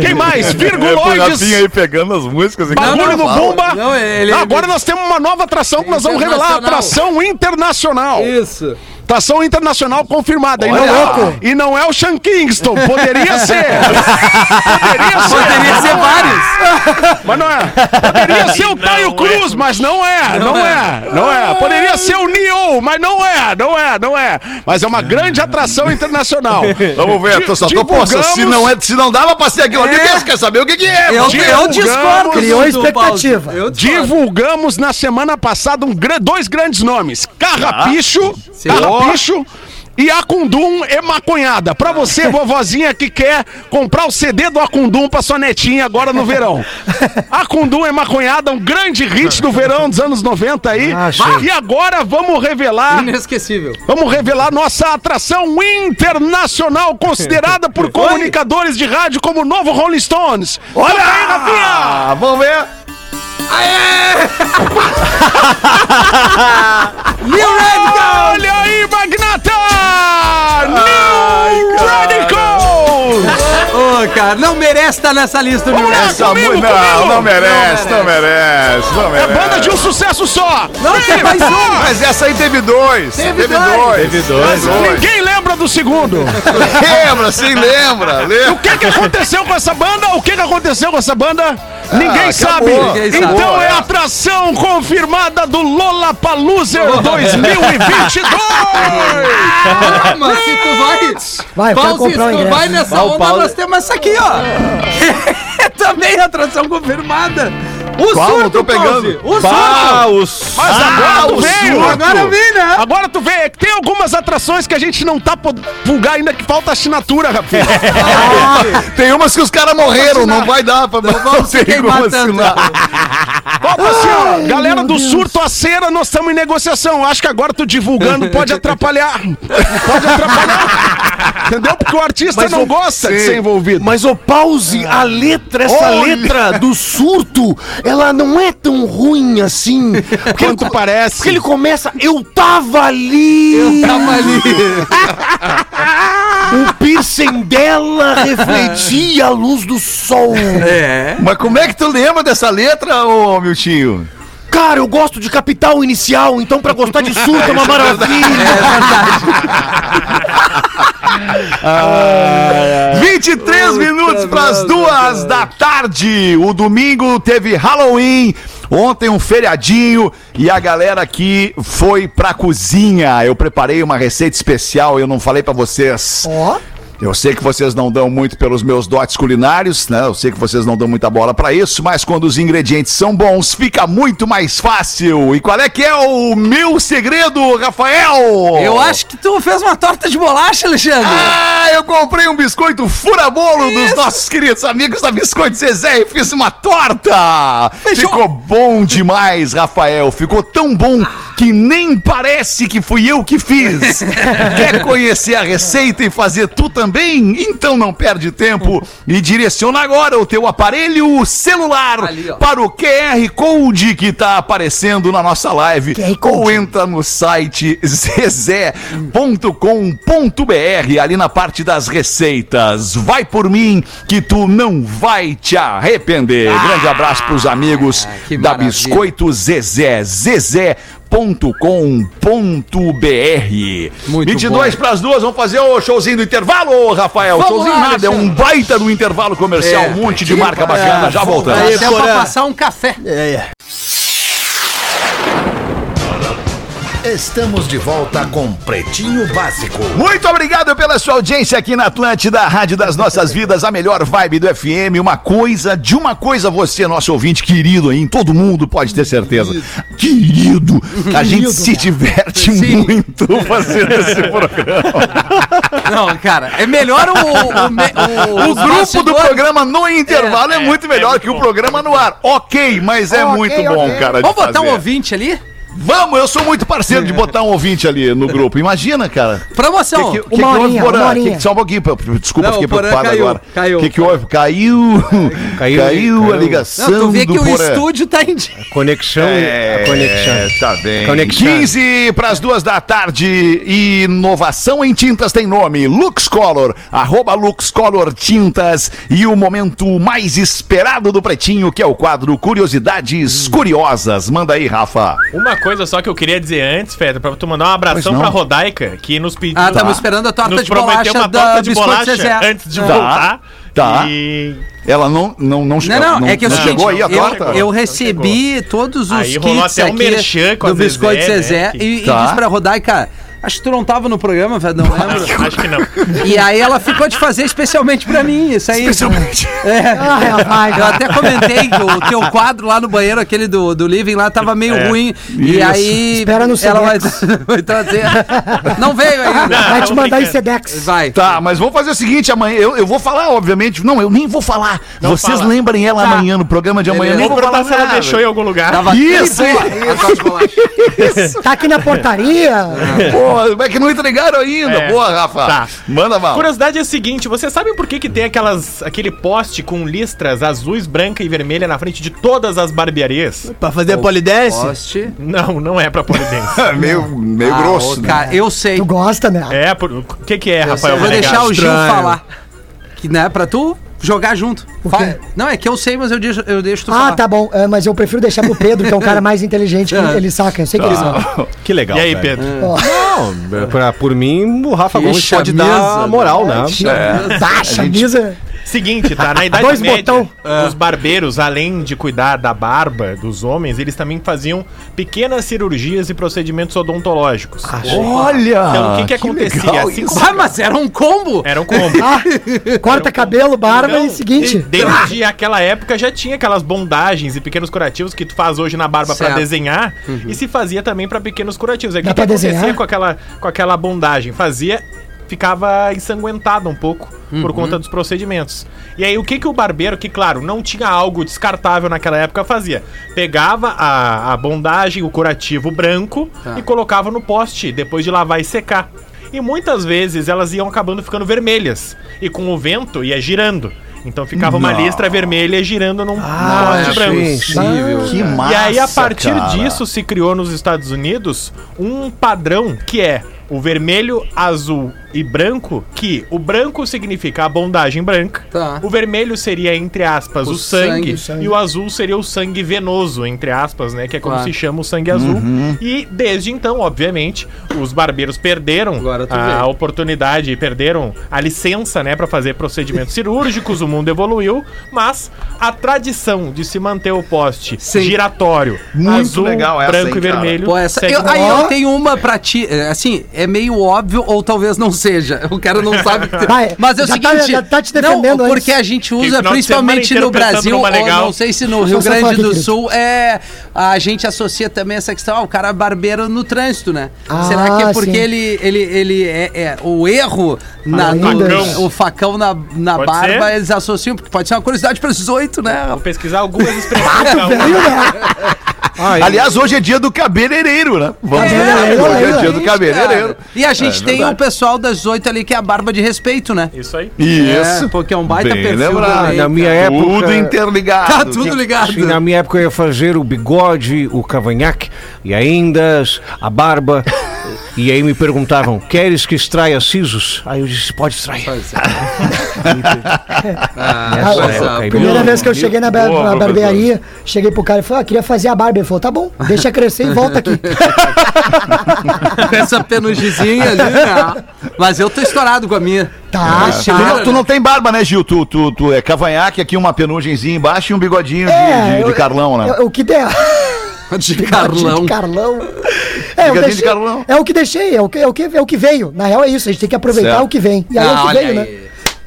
Speaker 4: quem mais?
Speaker 8: É,
Speaker 10: É,
Speaker 4: Virguloides.
Speaker 8: pegando as músicas e
Speaker 4: Bagulho no Bumba.
Speaker 3: Não, ele-
Speaker 4: Agora nós temos uma nova atração que nós vamos revelar. a
Speaker 3: Internacional.
Speaker 4: Atração internacional.
Speaker 3: Isso.
Speaker 4: Atração internacional confirmada. E não,
Speaker 8: louco.
Speaker 4: e não é o Sean Kingston. Poderia ser. Poderia ser. é.
Speaker 3: Poderia ser vários.
Speaker 4: Mas não é. Poderia ser o
Speaker 5: Não
Speaker 4: Taio
Speaker 5: é.
Speaker 4: Cruz, mas não é. Não, é. Não
Speaker 3: Ah.
Speaker 4: é. Poderia ser o Neo, mas não é. Não é. Não é. Mas é uma grande atração internacional.
Speaker 8: Vamos ver, eu só tô
Speaker 4: Divulgamos-
Speaker 8: possa, se não, é, se não dava pra ser aquilo ali, Deus quer saber o que, que é.
Speaker 3: Eu, eu
Speaker 4: Divulgamos-
Speaker 3: discordo.
Speaker 7: Criou
Speaker 3: do- do
Speaker 7: expectativa.
Speaker 3: Baldi. Eu discordo.
Speaker 4: Divulgamos na semana passada um gran- dois grandes nomes: Carrapicho, Carrapicho e Acundum e Maconhada. Pra você, vovozinha que quer comprar o CD do Acundum pra sua netinha agora no verão. Acundum e Maconhada, um grande hit do verão dos anos 90 aí. e agora vamos revelar
Speaker 3: Inesquecível.
Speaker 4: Vamos revelar nossa atração internacional, considerada por comunicadores de rádio como o novo Rolling Stones. Olha aí, Rafinha!
Speaker 8: Ah, vamos ver.
Speaker 4: Olha aí, Magnata! New Radicals!
Speaker 3: Ô, cara, não merece estar nessa lista do
Speaker 4: lá,
Speaker 3: Universo.
Speaker 8: Essa
Speaker 4: comigo,
Speaker 8: mu-
Speaker 4: comigo.
Speaker 8: Tá então. não, não merece,
Speaker 3: Não
Speaker 8: não merece, não
Speaker 4: É
Speaker 8: merece.
Speaker 4: banda de um sucesso só!
Speaker 3: Não, tem mais um.
Speaker 8: Mas essa aí teve dois.
Speaker 3: Teve dois.
Speaker 8: Teve dois.
Speaker 4: Ninguém lembra lembra do segundo.
Speaker 8: Lembra, sim, lembra.
Speaker 4: O
Speaker 8: lembra.
Speaker 4: que que aconteceu com essa banda? O que que aconteceu com essa banda? Ninguém
Speaker 8: Ah, acabou.
Speaker 4: sabe.
Speaker 3: Ninguém sabe.
Speaker 4: Então
Speaker 8: Acabou,
Speaker 4: é
Speaker 8: é.
Speaker 4: a atração confirmada do Lollapalooza 2022.
Speaker 3: Calma, se tu vai.
Speaker 7: Vai, eu quero
Speaker 3: Paulo, se
Speaker 7: comprar um
Speaker 3: tu vai
Speaker 7: ingresso.
Speaker 3: nessa onda, nós temos essa aqui, ó. Também atração confirmada. O
Speaker 8: Qual?
Speaker 3: surto,
Speaker 8: Eu tô
Speaker 3: Pause.
Speaker 8: pegando.
Speaker 3: O surto.
Speaker 6: Pá, o
Speaker 4: Mas
Speaker 8: Ah,
Speaker 4: agora tu veio.
Speaker 3: Agora vem, né?
Speaker 4: Agora tu vê, é tem algumas atrações que a gente não tá podendo divulgar ainda que falta assinatura, Rafinha.
Speaker 8: Tem umas que os caras morreram, não vai dar pra não, não
Speaker 3: se queimar tanto.
Speaker 4: Opa, assim, ó, galera do surto à cera, nós estamos em negociação. Acho que agora tu divulgando pode atrapalhar. Pode atrapalhar. Entendeu? Porque o artista não gosta de ser envolvido.
Speaker 6: Mas, ô Pause, a letra, essa
Speaker 8: Olha.
Speaker 6: letra do surto, ela não é tão ruim assim. Porque, ele,
Speaker 4: Quanto
Speaker 6: co-
Speaker 4: parece.
Speaker 6: porque ele começa, eu tava ali.
Speaker 3: Eu tava ali.
Speaker 6: O piercing dela refletia a luz do sol.
Speaker 3: É.
Speaker 8: Mas como é que tu lembra dessa letra, ô Miltinho?
Speaker 6: Cara, eu gosto de capital inicial, então pra gostar de surto é uma maravilha.
Speaker 8: 23 minutos para as duas da tarde. O domingo teve Halloween. Ontem um feriadinho e a galera aqui foi pra cozinha. Eu preparei uma receita especial, eu não falei pra vocês.
Speaker 7: Ó,
Speaker 8: Eu sei que vocês não dão muito pelos meus dotes culinários, né? Eu sei que vocês não dão muita bola pra isso, mas quando os ingredientes são bons, fica muito mais fácil. E qual é que é o meu segredo, Rafael?
Speaker 3: Eu acho que tu fez uma torta de bolacha, Alexandre.
Speaker 8: Ah, eu comprei um biscoito furabolo dos nossos queridos amigos da Biscoito Zezé e fiz uma torta.
Speaker 3: Fechou.
Speaker 8: Ficou bom demais, Rafael. Ficou tão bom que nem parece que fui eu que fiz. Quer conhecer a receita e fazer tu também? Então não perde tempo e direciona agora o teu aparelho celular
Speaker 3: Ali, ó.
Speaker 8: para o QR Code que tá aparecendo na nossa live
Speaker 7: QR Code.
Speaker 8: ou entra no site zezé.com.br ali na parte das receitas. Vai por mim que tu não vai te arrepender. Grande abraço pros amigos
Speaker 3: Ah, que
Speaker 8: da
Speaker 3: maravilha.
Speaker 8: Biscoito Zezé. Zezé.com.br.
Speaker 3: Muito
Speaker 8: 22
Speaker 3: bom.
Speaker 8: para as duas, vamos fazer o showzinho do intervalo, Rafael.
Speaker 3: Vamos
Speaker 8: showzinho
Speaker 3: lá,
Speaker 8: nada, é um
Speaker 3: Alexandre.
Speaker 8: baita do intervalo comercial,
Speaker 3: É,
Speaker 8: um monte de marca bacana. Já voltamos.
Speaker 3: Dá
Speaker 9: Aí,
Speaker 3: até pra
Speaker 9: Porã.
Speaker 3: passar um café.
Speaker 1: Estamos de volta com Pretinho Básico.
Speaker 8: Muito obrigado pela sua audiência aqui na Atlântida, a Rádio das Nossas Vidas, a melhor vibe do FM. Uma coisa, de uma coisa você, nosso ouvinte querido aí, todo mundo pode ter certeza. Querido, a gente se diverte muito fazendo esse programa.
Speaker 3: Não, cara, é melhor o. O, me-
Speaker 8: O
Speaker 3: os
Speaker 8: grupo do
Speaker 3: bastidores.
Speaker 8: programa no intervalo é,
Speaker 5: É,
Speaker 8: muito
Speaker 5: é
Speaker 8: melhor
Speaker 5: muito
Speaker 8: que o
Speaker 5: bom.
Speaker 8: programa no ar. Ok, mas é
Speaker 7: Ok,
Speaker 8: muito bom,
Speaker 7: ok.
Speaker 8: cara. de
Speaker 3: Vamos botar um
Speaker 8: fazer.
Speaker 3: ouvinte ali?
Speaker 8: Vamos, eu sou muito parceiro de botar um ouvinte ali no grupo. Imagina, cara.
Speaker 3: Promoção.
Speaker 8: Que que- que
Speaker 7: Uma
Speaker 8: que houve,
Speaker 7: horinha,
Speaker 8: Porã?
Speaker 7: uma horinha.
Speaker 8: Que que- só um pouquinho, pô, desculpa,
Speaker 3: Não,
Speaker 8: fiquei
Speaker 3: o Porã
Speaker 8: preocupado
Speaker 3: caiu,
Speaker 8: agora.
Speaker 3: caiu.
Speaker 8: O que, que houve? Caiu, caiu,
Speaker 6: Caiu,
Speaker 8: a
Speaker 6: caiu.
Speaker 8: ligação
Speaker 3: Não, tu vê que
Speaker 8: do
Speaker 3: o
Speaker 8: Porã.
Speaker 3: estúdio tá em dia.
Speaker 6: Conexão,
Speaker 8: É,
Speaker 6: a conexão.
Speaker 8: tá bem.
Speaker 6: Conexão.
Speaker 8: 15 para as duas da tarde. Inovação em tintas tem nome. Lux Color, arroba Lux Color Tintas. E o momento mais esperado do Pretinho, que é o quadro Curiosidades Curiosas. Manda aí, Rafa.
Speaker 5: Uma coisa só que eu queria dizer antes, Fedra, pra tu mandar um abração
Speaker 8: Pois não.
Speaker 5: pra Rodaica, que nos pediu. Tá.
Speaker 3: Ah,
Speaker 8: Tá.
Speaker 3: tamo esperando a torta
Speaker 5: nos
Speaker 3: de
Speaker 5: prometeu
Speaker 3: bolacha
Speaker 5: uma
Speaker 3: da
Speaker 5: torta de
Speaker 3: Biscoito
Speaker 5: bolacha
Speaker 3: Zezé.
Speaker 5: antes de
Speaker 3: Tá.
Speaker 5: voltar.
Speaker 8: Tá.
Speaker 5: E
Speaker 8: Ela não, não, não
Speaker 3: Não,
Speaker 8: chegou.
Speaker 3: não, é que é o
Speaker 8: não
Speaker 3: seguinte,
Speaker 8: chegou aí a
Speaker 3: eu,
Speaker 8: torta?
Speaker 3: eu recebi todos os
Speaker 5: Aí rolou
Speaker 3: kits
Speaker 5: até um merchan
Speaker 3: aqui
Speaker 5: com a
Speaker 3: do Biscoito
Speaker 5: Zezé, né,
Speaker 3: Zezé
Speaker 5: que-
Speaker 3: e,
Speaker 8: Tá.
Speaker 3: e disse pra Rodaica, acho que tu não tava no programa, velho, não lembro.
Speaker 5: Não, acho que não.
Speaker 3: e aí ela ficou de fazer especialmente pra mim, isso aí.
Speaker 8: Especialmente.
Speaker 3: É. Eu até comentei que o teu quadro lá no banheiro, aquele do, do living lá, tava meio ruim. E
Speaker 8: Isso.
Speaker 3: aí.
Speaker 7: Espera no
Speaker 3: ela vai,
Speaker 7: Sedex.
Speaker 3: vai trazer. Não veio ainda.
Speaker 7: vai
Speaker 5: tá
Speaker 7: te mandar em
Speaker 5: brincando.
Speaker 7: Sedex.
Speaker 3: Vai.
Speaker 8: Tá, mas vamos fazer o seguinte, amanhã. Eu, eu vou falar, obviamente. Não, eu nem vou falar. Vocês
Speaker 5: fala.
Speaker 8: lembrem ela amanhã no programa de amanhã. Eu nem
Speaker 5: Vou
Speaker 8: vou
Speaker 5: perguntar
Speaker 8: falar
Speaker 5: se ela
Speaker 8: nada.
Speaker 5: deixou em algum lugar.
Speaker 3: Tava
Speaker 8: Isso,
Speaker 3: tão boa a torta de bolacha.
Speaker 7: Tá aqui na portaria.
Speaker 8: Pô, mas é que não entregaram ainda.
Speaker 5: É.
Speaker 8: Boa, Rafa.
Speaker 5: Tá.
Speaker 8: Manda
Speaker 5: A
Speaker 8: mal.
Speaker 5: curiosidade é a seguinte, vocês sabem por que, que tem aquelas, aquele poste com listras azuis, branca e vermelha na frente de todas as barbearias?
Speaker 9: Pra fazer polidense?
Speaker 3: Poste.
Speaker 5: Não, não é pra polidense.
Speaker 8: É meio, meio
Speaker 3: Ah,
Speaker 8: grosso.
Speaker 3: ô,
Speaker 8: né?
Speaker 3: cara, eu sei.
Speaker 7: Tu gosta, né?
Speaker 5: É, por- o que que é,
Speaker 3: Eu sei.
Speaker 5: Rafael
Speaker 3: Eu vou
Speaker 5: Menegas?
Speaker 3: deixar o Gil
Speaker 6: Estranho.
Speaker 3: falar. Que não é pra tu? jogar junto. Fala- Não, é que eu sei, mas eu deixo, eu deixo tu
Speaker 7: Ah, tá bom. É, mas eu prefiro deixar pro Pedro, que é um cara mais inteligente. que ele- ele saca. Eu sei que ele saca.
Speaker 10: Que legal.
Speaker 5: E aí,
Speaker 10: velho.
Speaker 5: Pedro?
Speaker 6: Não, é pra, por mim, o Rafa Gomes
Speaker 3: Hum. Ixi, a
Speaker 6: pode dar
Speaker 3: mesa,
Speaker 6: a moral, né?
Speaker 7: Tá, camisa.
Speaker 5: Seguinte, tá? Na Idade
Speaker 9: Dois
Speaker 5: Média,
Speaker 9: botão.
Speaker 5: os barbeiros, além de cuidar da barba dos homens, eles também faziam pequenas cirurgias e procedimentos odontológicos.
Speaker 8: Olha!
Speaker 5: Então, o que que acontecia?
Speaker 8: legal
Speaker 5: Assim
Speaker 8: isso.
Speaker 5: como-
Speaker 3: Ah, mas era um combo.
Speaker 5: Era um combo.
Speaker 7: Ah, Corta cabelo, barba
Speaker 5: Não,
Speaker 7: e seguinte.
Speaker 5: de- Desde aquela época já tinha aquelas bondagens e pequenos curativos que tu faz hoje na barba pra
Speaker 3: Certo.
Speaker 5: desenhar e se fazia também pra pequenos curativos. É que
Speaker 7: Dá
Speaker 5: o que
Speaker 7: pra
Speaker 5: acontecia
Speaker 7: desenhar?
Speaker 5: com aquela com aquela bondagem, fazia ficava ensanguentada um pouco por
Speaker 7: Uhum.
Speaker 5: conta dos procedimentos. E aí o que que o barbeiro, que claro, não tinha algo descartável naquela época, fazia? Pegava a, a bondagem, o curativo branco
Speaker 7: Tá.
Speaker 5: e colocava no poste depois de lavar e secar. E muitas vezes elas iam acabando ficando vermelhas e com o vento ia girando. Então ficava uma listra vermelha girando num
Speaker 7: Ah,
Speaker 5: poste
Speaker 7: é,
Speaker 5: branco.
Speaker 8: Que massa,
Speaker 5: E aí, a partir
Speaker 8: cara.
Speaker 5: disso, se criou nos Estados Unidos um padrão que é o vermelho, azul e branco, que o branco significa a bondagem branca,
Speaker 3: Tá.
Speaker 5: o vermelho seria, entre aspas, o, sangue, e o azul seria o sangue venoso, entre aspas, né, que é como
Speaker 3: Claro.
Speaker 5: se chama o sangue azul.
Speaker 8: Uhum.
Speaker 5: E desde então, obviamente, os barbeiros perderam
Speaker 3: Agora tu vê.
Speaker 5: a oportunidade, perderam a licença, né, para fazer procedimentos cirúrgicos, o mundo evoluiu, mas a tradição de se manter o poste
Speaker 3: Sim.
Speaker 5: giratório,
Speaker 8: Muito
Speaker 5: azul,
Speaker 8: legal essa,
Speaker 5: branco
Speaker 8: hein,
Speaker 5: e
Speaker 8: cara?
Speaker 5: vermelho.
Speaker 3: Pô, essa,
Speaker 5: segue
Speaker 3: eu-
Speaker 5: no-
Speaker 3: aí eu tenho uma pra ti. é, Assim, é meio óbvio, ou talvez não seja. O cara não sabe. que tem-
Speaker 7: Vai,
Speaker 3: Mas é o
Speaker 7: já tá-
Speaker 3: seguinte.
Speaker 7: já tá te defendendo
Speaker 3: não,
Speaker 7: antes.
Speaker 3: porque a gente usa,
Speaker 5: final de semana
Speaker 3: principalmente
Speaker 5: inteiro
Speaker 3: no Brasil,
Speaker 5: pensando numa
Speaker 3: ou
Speaker 5: legal.
Speaker 3: não sei se no Rio
Speaker 7: só falar
Speaker 3: Grande
Speaker 7: aqui,
Speaker 3: do
Speaker 7: querido.
Speaker 3: Sul, é, a gente associa também essa questão, ah, o cara é barbeiro no trânsito, né?
Speaker 7: Ah,
Speaker 3: Será que é porque
Speaker 7: sim. Ah,
Speaker 3: ele, ele, ele é, é o erro, na,
Speaker 7: Ainda.
Speaker 3: no, o facão na, na
Speaker 5: Pode
Speaker 3: barba,
Speaker 5: ser?
Speaker 3: eles associam, porque pode ser uma curiosidade para 18, né?
Speaker 5: Vou pesquisar algumas expressões. pra uma.
Speaker 7: né?
Speaker 8: Aliás, hoje é dia do cabeleireiro, né? Vamos
Speaker 3: É,
Speaker 8: combinar,
Speaker 7: é,
Speaker 8: hoje é
Speaker 7: é,
Speaker 8: dia do cabeleireiro.
Speaker 3: Cara, E a gente
Speaker 8: É
Speaker 3: tem
Speaker 8: verdade.
Speaker 3: o pessoal das 18 ali que é a barba de respeito, né?
Speaker 5: Isso aí.
Speaker 8: Isso.
Speaker 3: É, porque é um baita
Speaker 8: Bem
Speaker 3: perfil
Speaker 8: lembrado.
Speaker 3: também,
Speaker 6: Na minha época.
Speaker 8: Tudo
Speaker 3: Tá
Speaker 8: interligado.
Speaker 3: tudo ligado.
Speaker 6: Sim, na minha época eu ia fazer o bigode, o cavanhaque e ainda as- a barba. E aí me perguntavam, queres que extraia sisos? Aí eu disse, pode extrair.
Speaker 7: Ah,
Speaker 3: é
Speaker 6: Nessa época aí,
Speaker 7: primeira
Speaker 6: meu
Speaker 7: vez que eu cheguei na, bar-
Speaker 8: Boa,
Speaker 7: na
Speaker 8: professor.
Speaker 7: barbearia, cheguei pro cara e falei, ah, queria fazer a barba. Ele falou, tá bom, deixa crescer e volta aqui.
Speaker 3: Com essa penugizinha ali, né? Mas eu tô estourado com a minha.
Speaker 7: Tá,
Speaker 3: Mas
Speaker 8: Tu
Speaker 3: tá.
Speaker 8: não, tu não tem barba, né, Gil? Tu, tu, tu é cavanhaque, aqui uma penugemzinha embaixo e um bigodinho de-
Speaker 7: É,
Speaker 8: de, de
Speaker 7: eu-
Speaker 8: Carlão, né?
Speaker 7: É o que der.
Speaker 3: né? De
Speaker 7: Bigodinho
Speaker 3: Carlão.
Speaker 7: de Carlão. É, eu
Speaker 8: Bigodinho assim de
Speaker 7: deixei-
Speaker 8: Carlão.
Speaker 7: é o que deixei, é o que, é, o que, é o que veio. Na real é isso, a gente tem que aproveitar
Speaker 8: Certo.
Speaker 7: o que vem. E aí é o
Speaker 3: Ah,
Speaker 7: que
Speaker 3: olha
Speaker 7: veio, né?
Speaker 3: aí.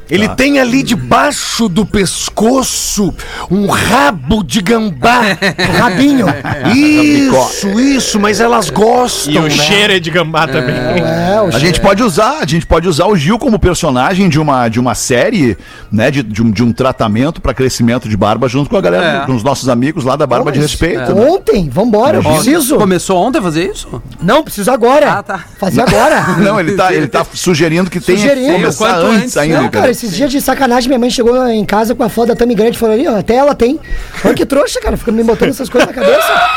Speaker 10: Ele tem ali debaixo do pescoço um rabo de gambá.
Speaker 7: Rabinho.
Speaker 8: É,
Speaker 10: isso, isso, mas elas gostam.
Speaker 5: E o
Speaker 10: né?
Speaker 5: cheiro é de gambá também.
Speaker 7: É, o
Speaker 8: A gente pode usar, a gente pode usar o Gil como personagem de uma, de uma série, né? De, de, um, de um tratamento pra crescimento de barba junto com a galera,
Speaker 3: É.
Speaker 8: com os nossos amigos lá da Barba de
Speaker 7: Mas-
Speaker 8: Respeito.
Speaker 7: é.
Speaker 8: né?
Speaker 7: Ontem, vambora, eu preciso.
Speaker 3: Começou ontem a fazer isso?
Speaker 7: Não, preciso agora.
Speaker 3: Ah, tá.
Speaker 7: Fazer agora.
Speaker 8: Não, ele tá, ele tá sugerindo que tenha que
Speaker 7: Sugerindo, né?
Speaker 8: começar
Speaker 3: quanto
Speaker 8: antes,
Speaker 3: antes,
Speaker 8: ainda,
Speaker 7: Não, cara,
Speaker 8: cara.
Speaker 7: esses dias de sacanagem, minha mãe chegou em casa com a foto da Tami Grande e falou ali, ó, até ela tem. Olha que trouxa, cara, fica me botando essas coisas na cabeça.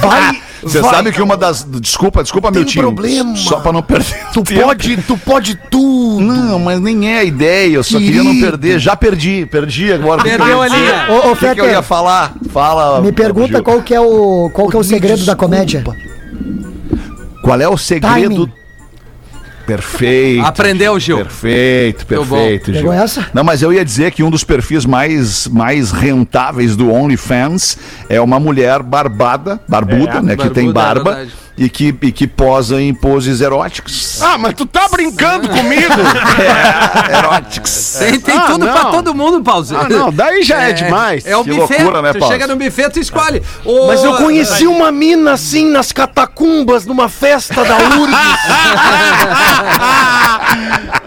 Speaker 10: Vai,
Speaker 8: Ah, Você
Speaker 10: vai.
Speaker 8: sabe que uma das. Desculpa, desculpa, meu
Speaker 10: Tem
Speaker 8: tio.
Speaker 10: problema.
Speaker 8: Só pra não perder.
Speaker 10: Tu
Speaker 8: tempo.
Speaker 10: pode, tu pode tudo.
Speaker 8: Não, mas nem é a ideia, eu só queria não
Speaker 10: Querido.
Speaker 8: perder. Já perdi, perdi agora.
Speaker 3: Perdeu ali.
Speaker 8: O
Speaker 7: Ô, ô
Speaker 8: que, que eu ia
Speaker 7: Fetter,
Speaker 8: falar? Fala.
Speaker 7: me pergunta
Speaker 8: Gil.
Speaker 7: qual que é o, qual que é o segredo da comédia.
Speaker 8: Qual é o segredo?
Speaker 7: Timing.
Speaker 8: Perfeito.
Speaker 3: Aprendeu, Gil.
Speaker 8: Perfeito,
Speaker 3: Deu bom.
Speaker 8: perfeito, Gil.
Speaker 7: Pegou essa?
Speaker 8: Não, mas eu ia dizer que um dos perfis mais, mais rentáveis do OnlyFans é uma mulher barbada, barbuda, né?
Speaker 3: barbuda,
Speaker 8: que tem
Speaker 3: é
Speaker 8: barba
Speaker 3: verdade.
Speaker 8: e, que, e que posa em poses eróticas. É.
Speaker 4: Ah, mas tu tá brincando comigo?
Speaker 8: eróticas.
Speaker 3: Tem, tem
Speaker 4: Ah,
Speaker 3: tudo
Speaker 4: não.
Speaker 3: pra todo mundo, Pauzinho.
Speaker 4: Ah, não, daí já é demais.
Speaker 3: É o
Speaker 8: Que
Speaker 3: buffet.
Speaker 8: loucura, né,
Speaker 3: tu
Speaker 8: Paulo?
Speaker 3: chega no buffet, tu escolhe. Ô,
Speaker 10: Mas eu conheci uma mina assim nas catacumbas, numa festa da URGS.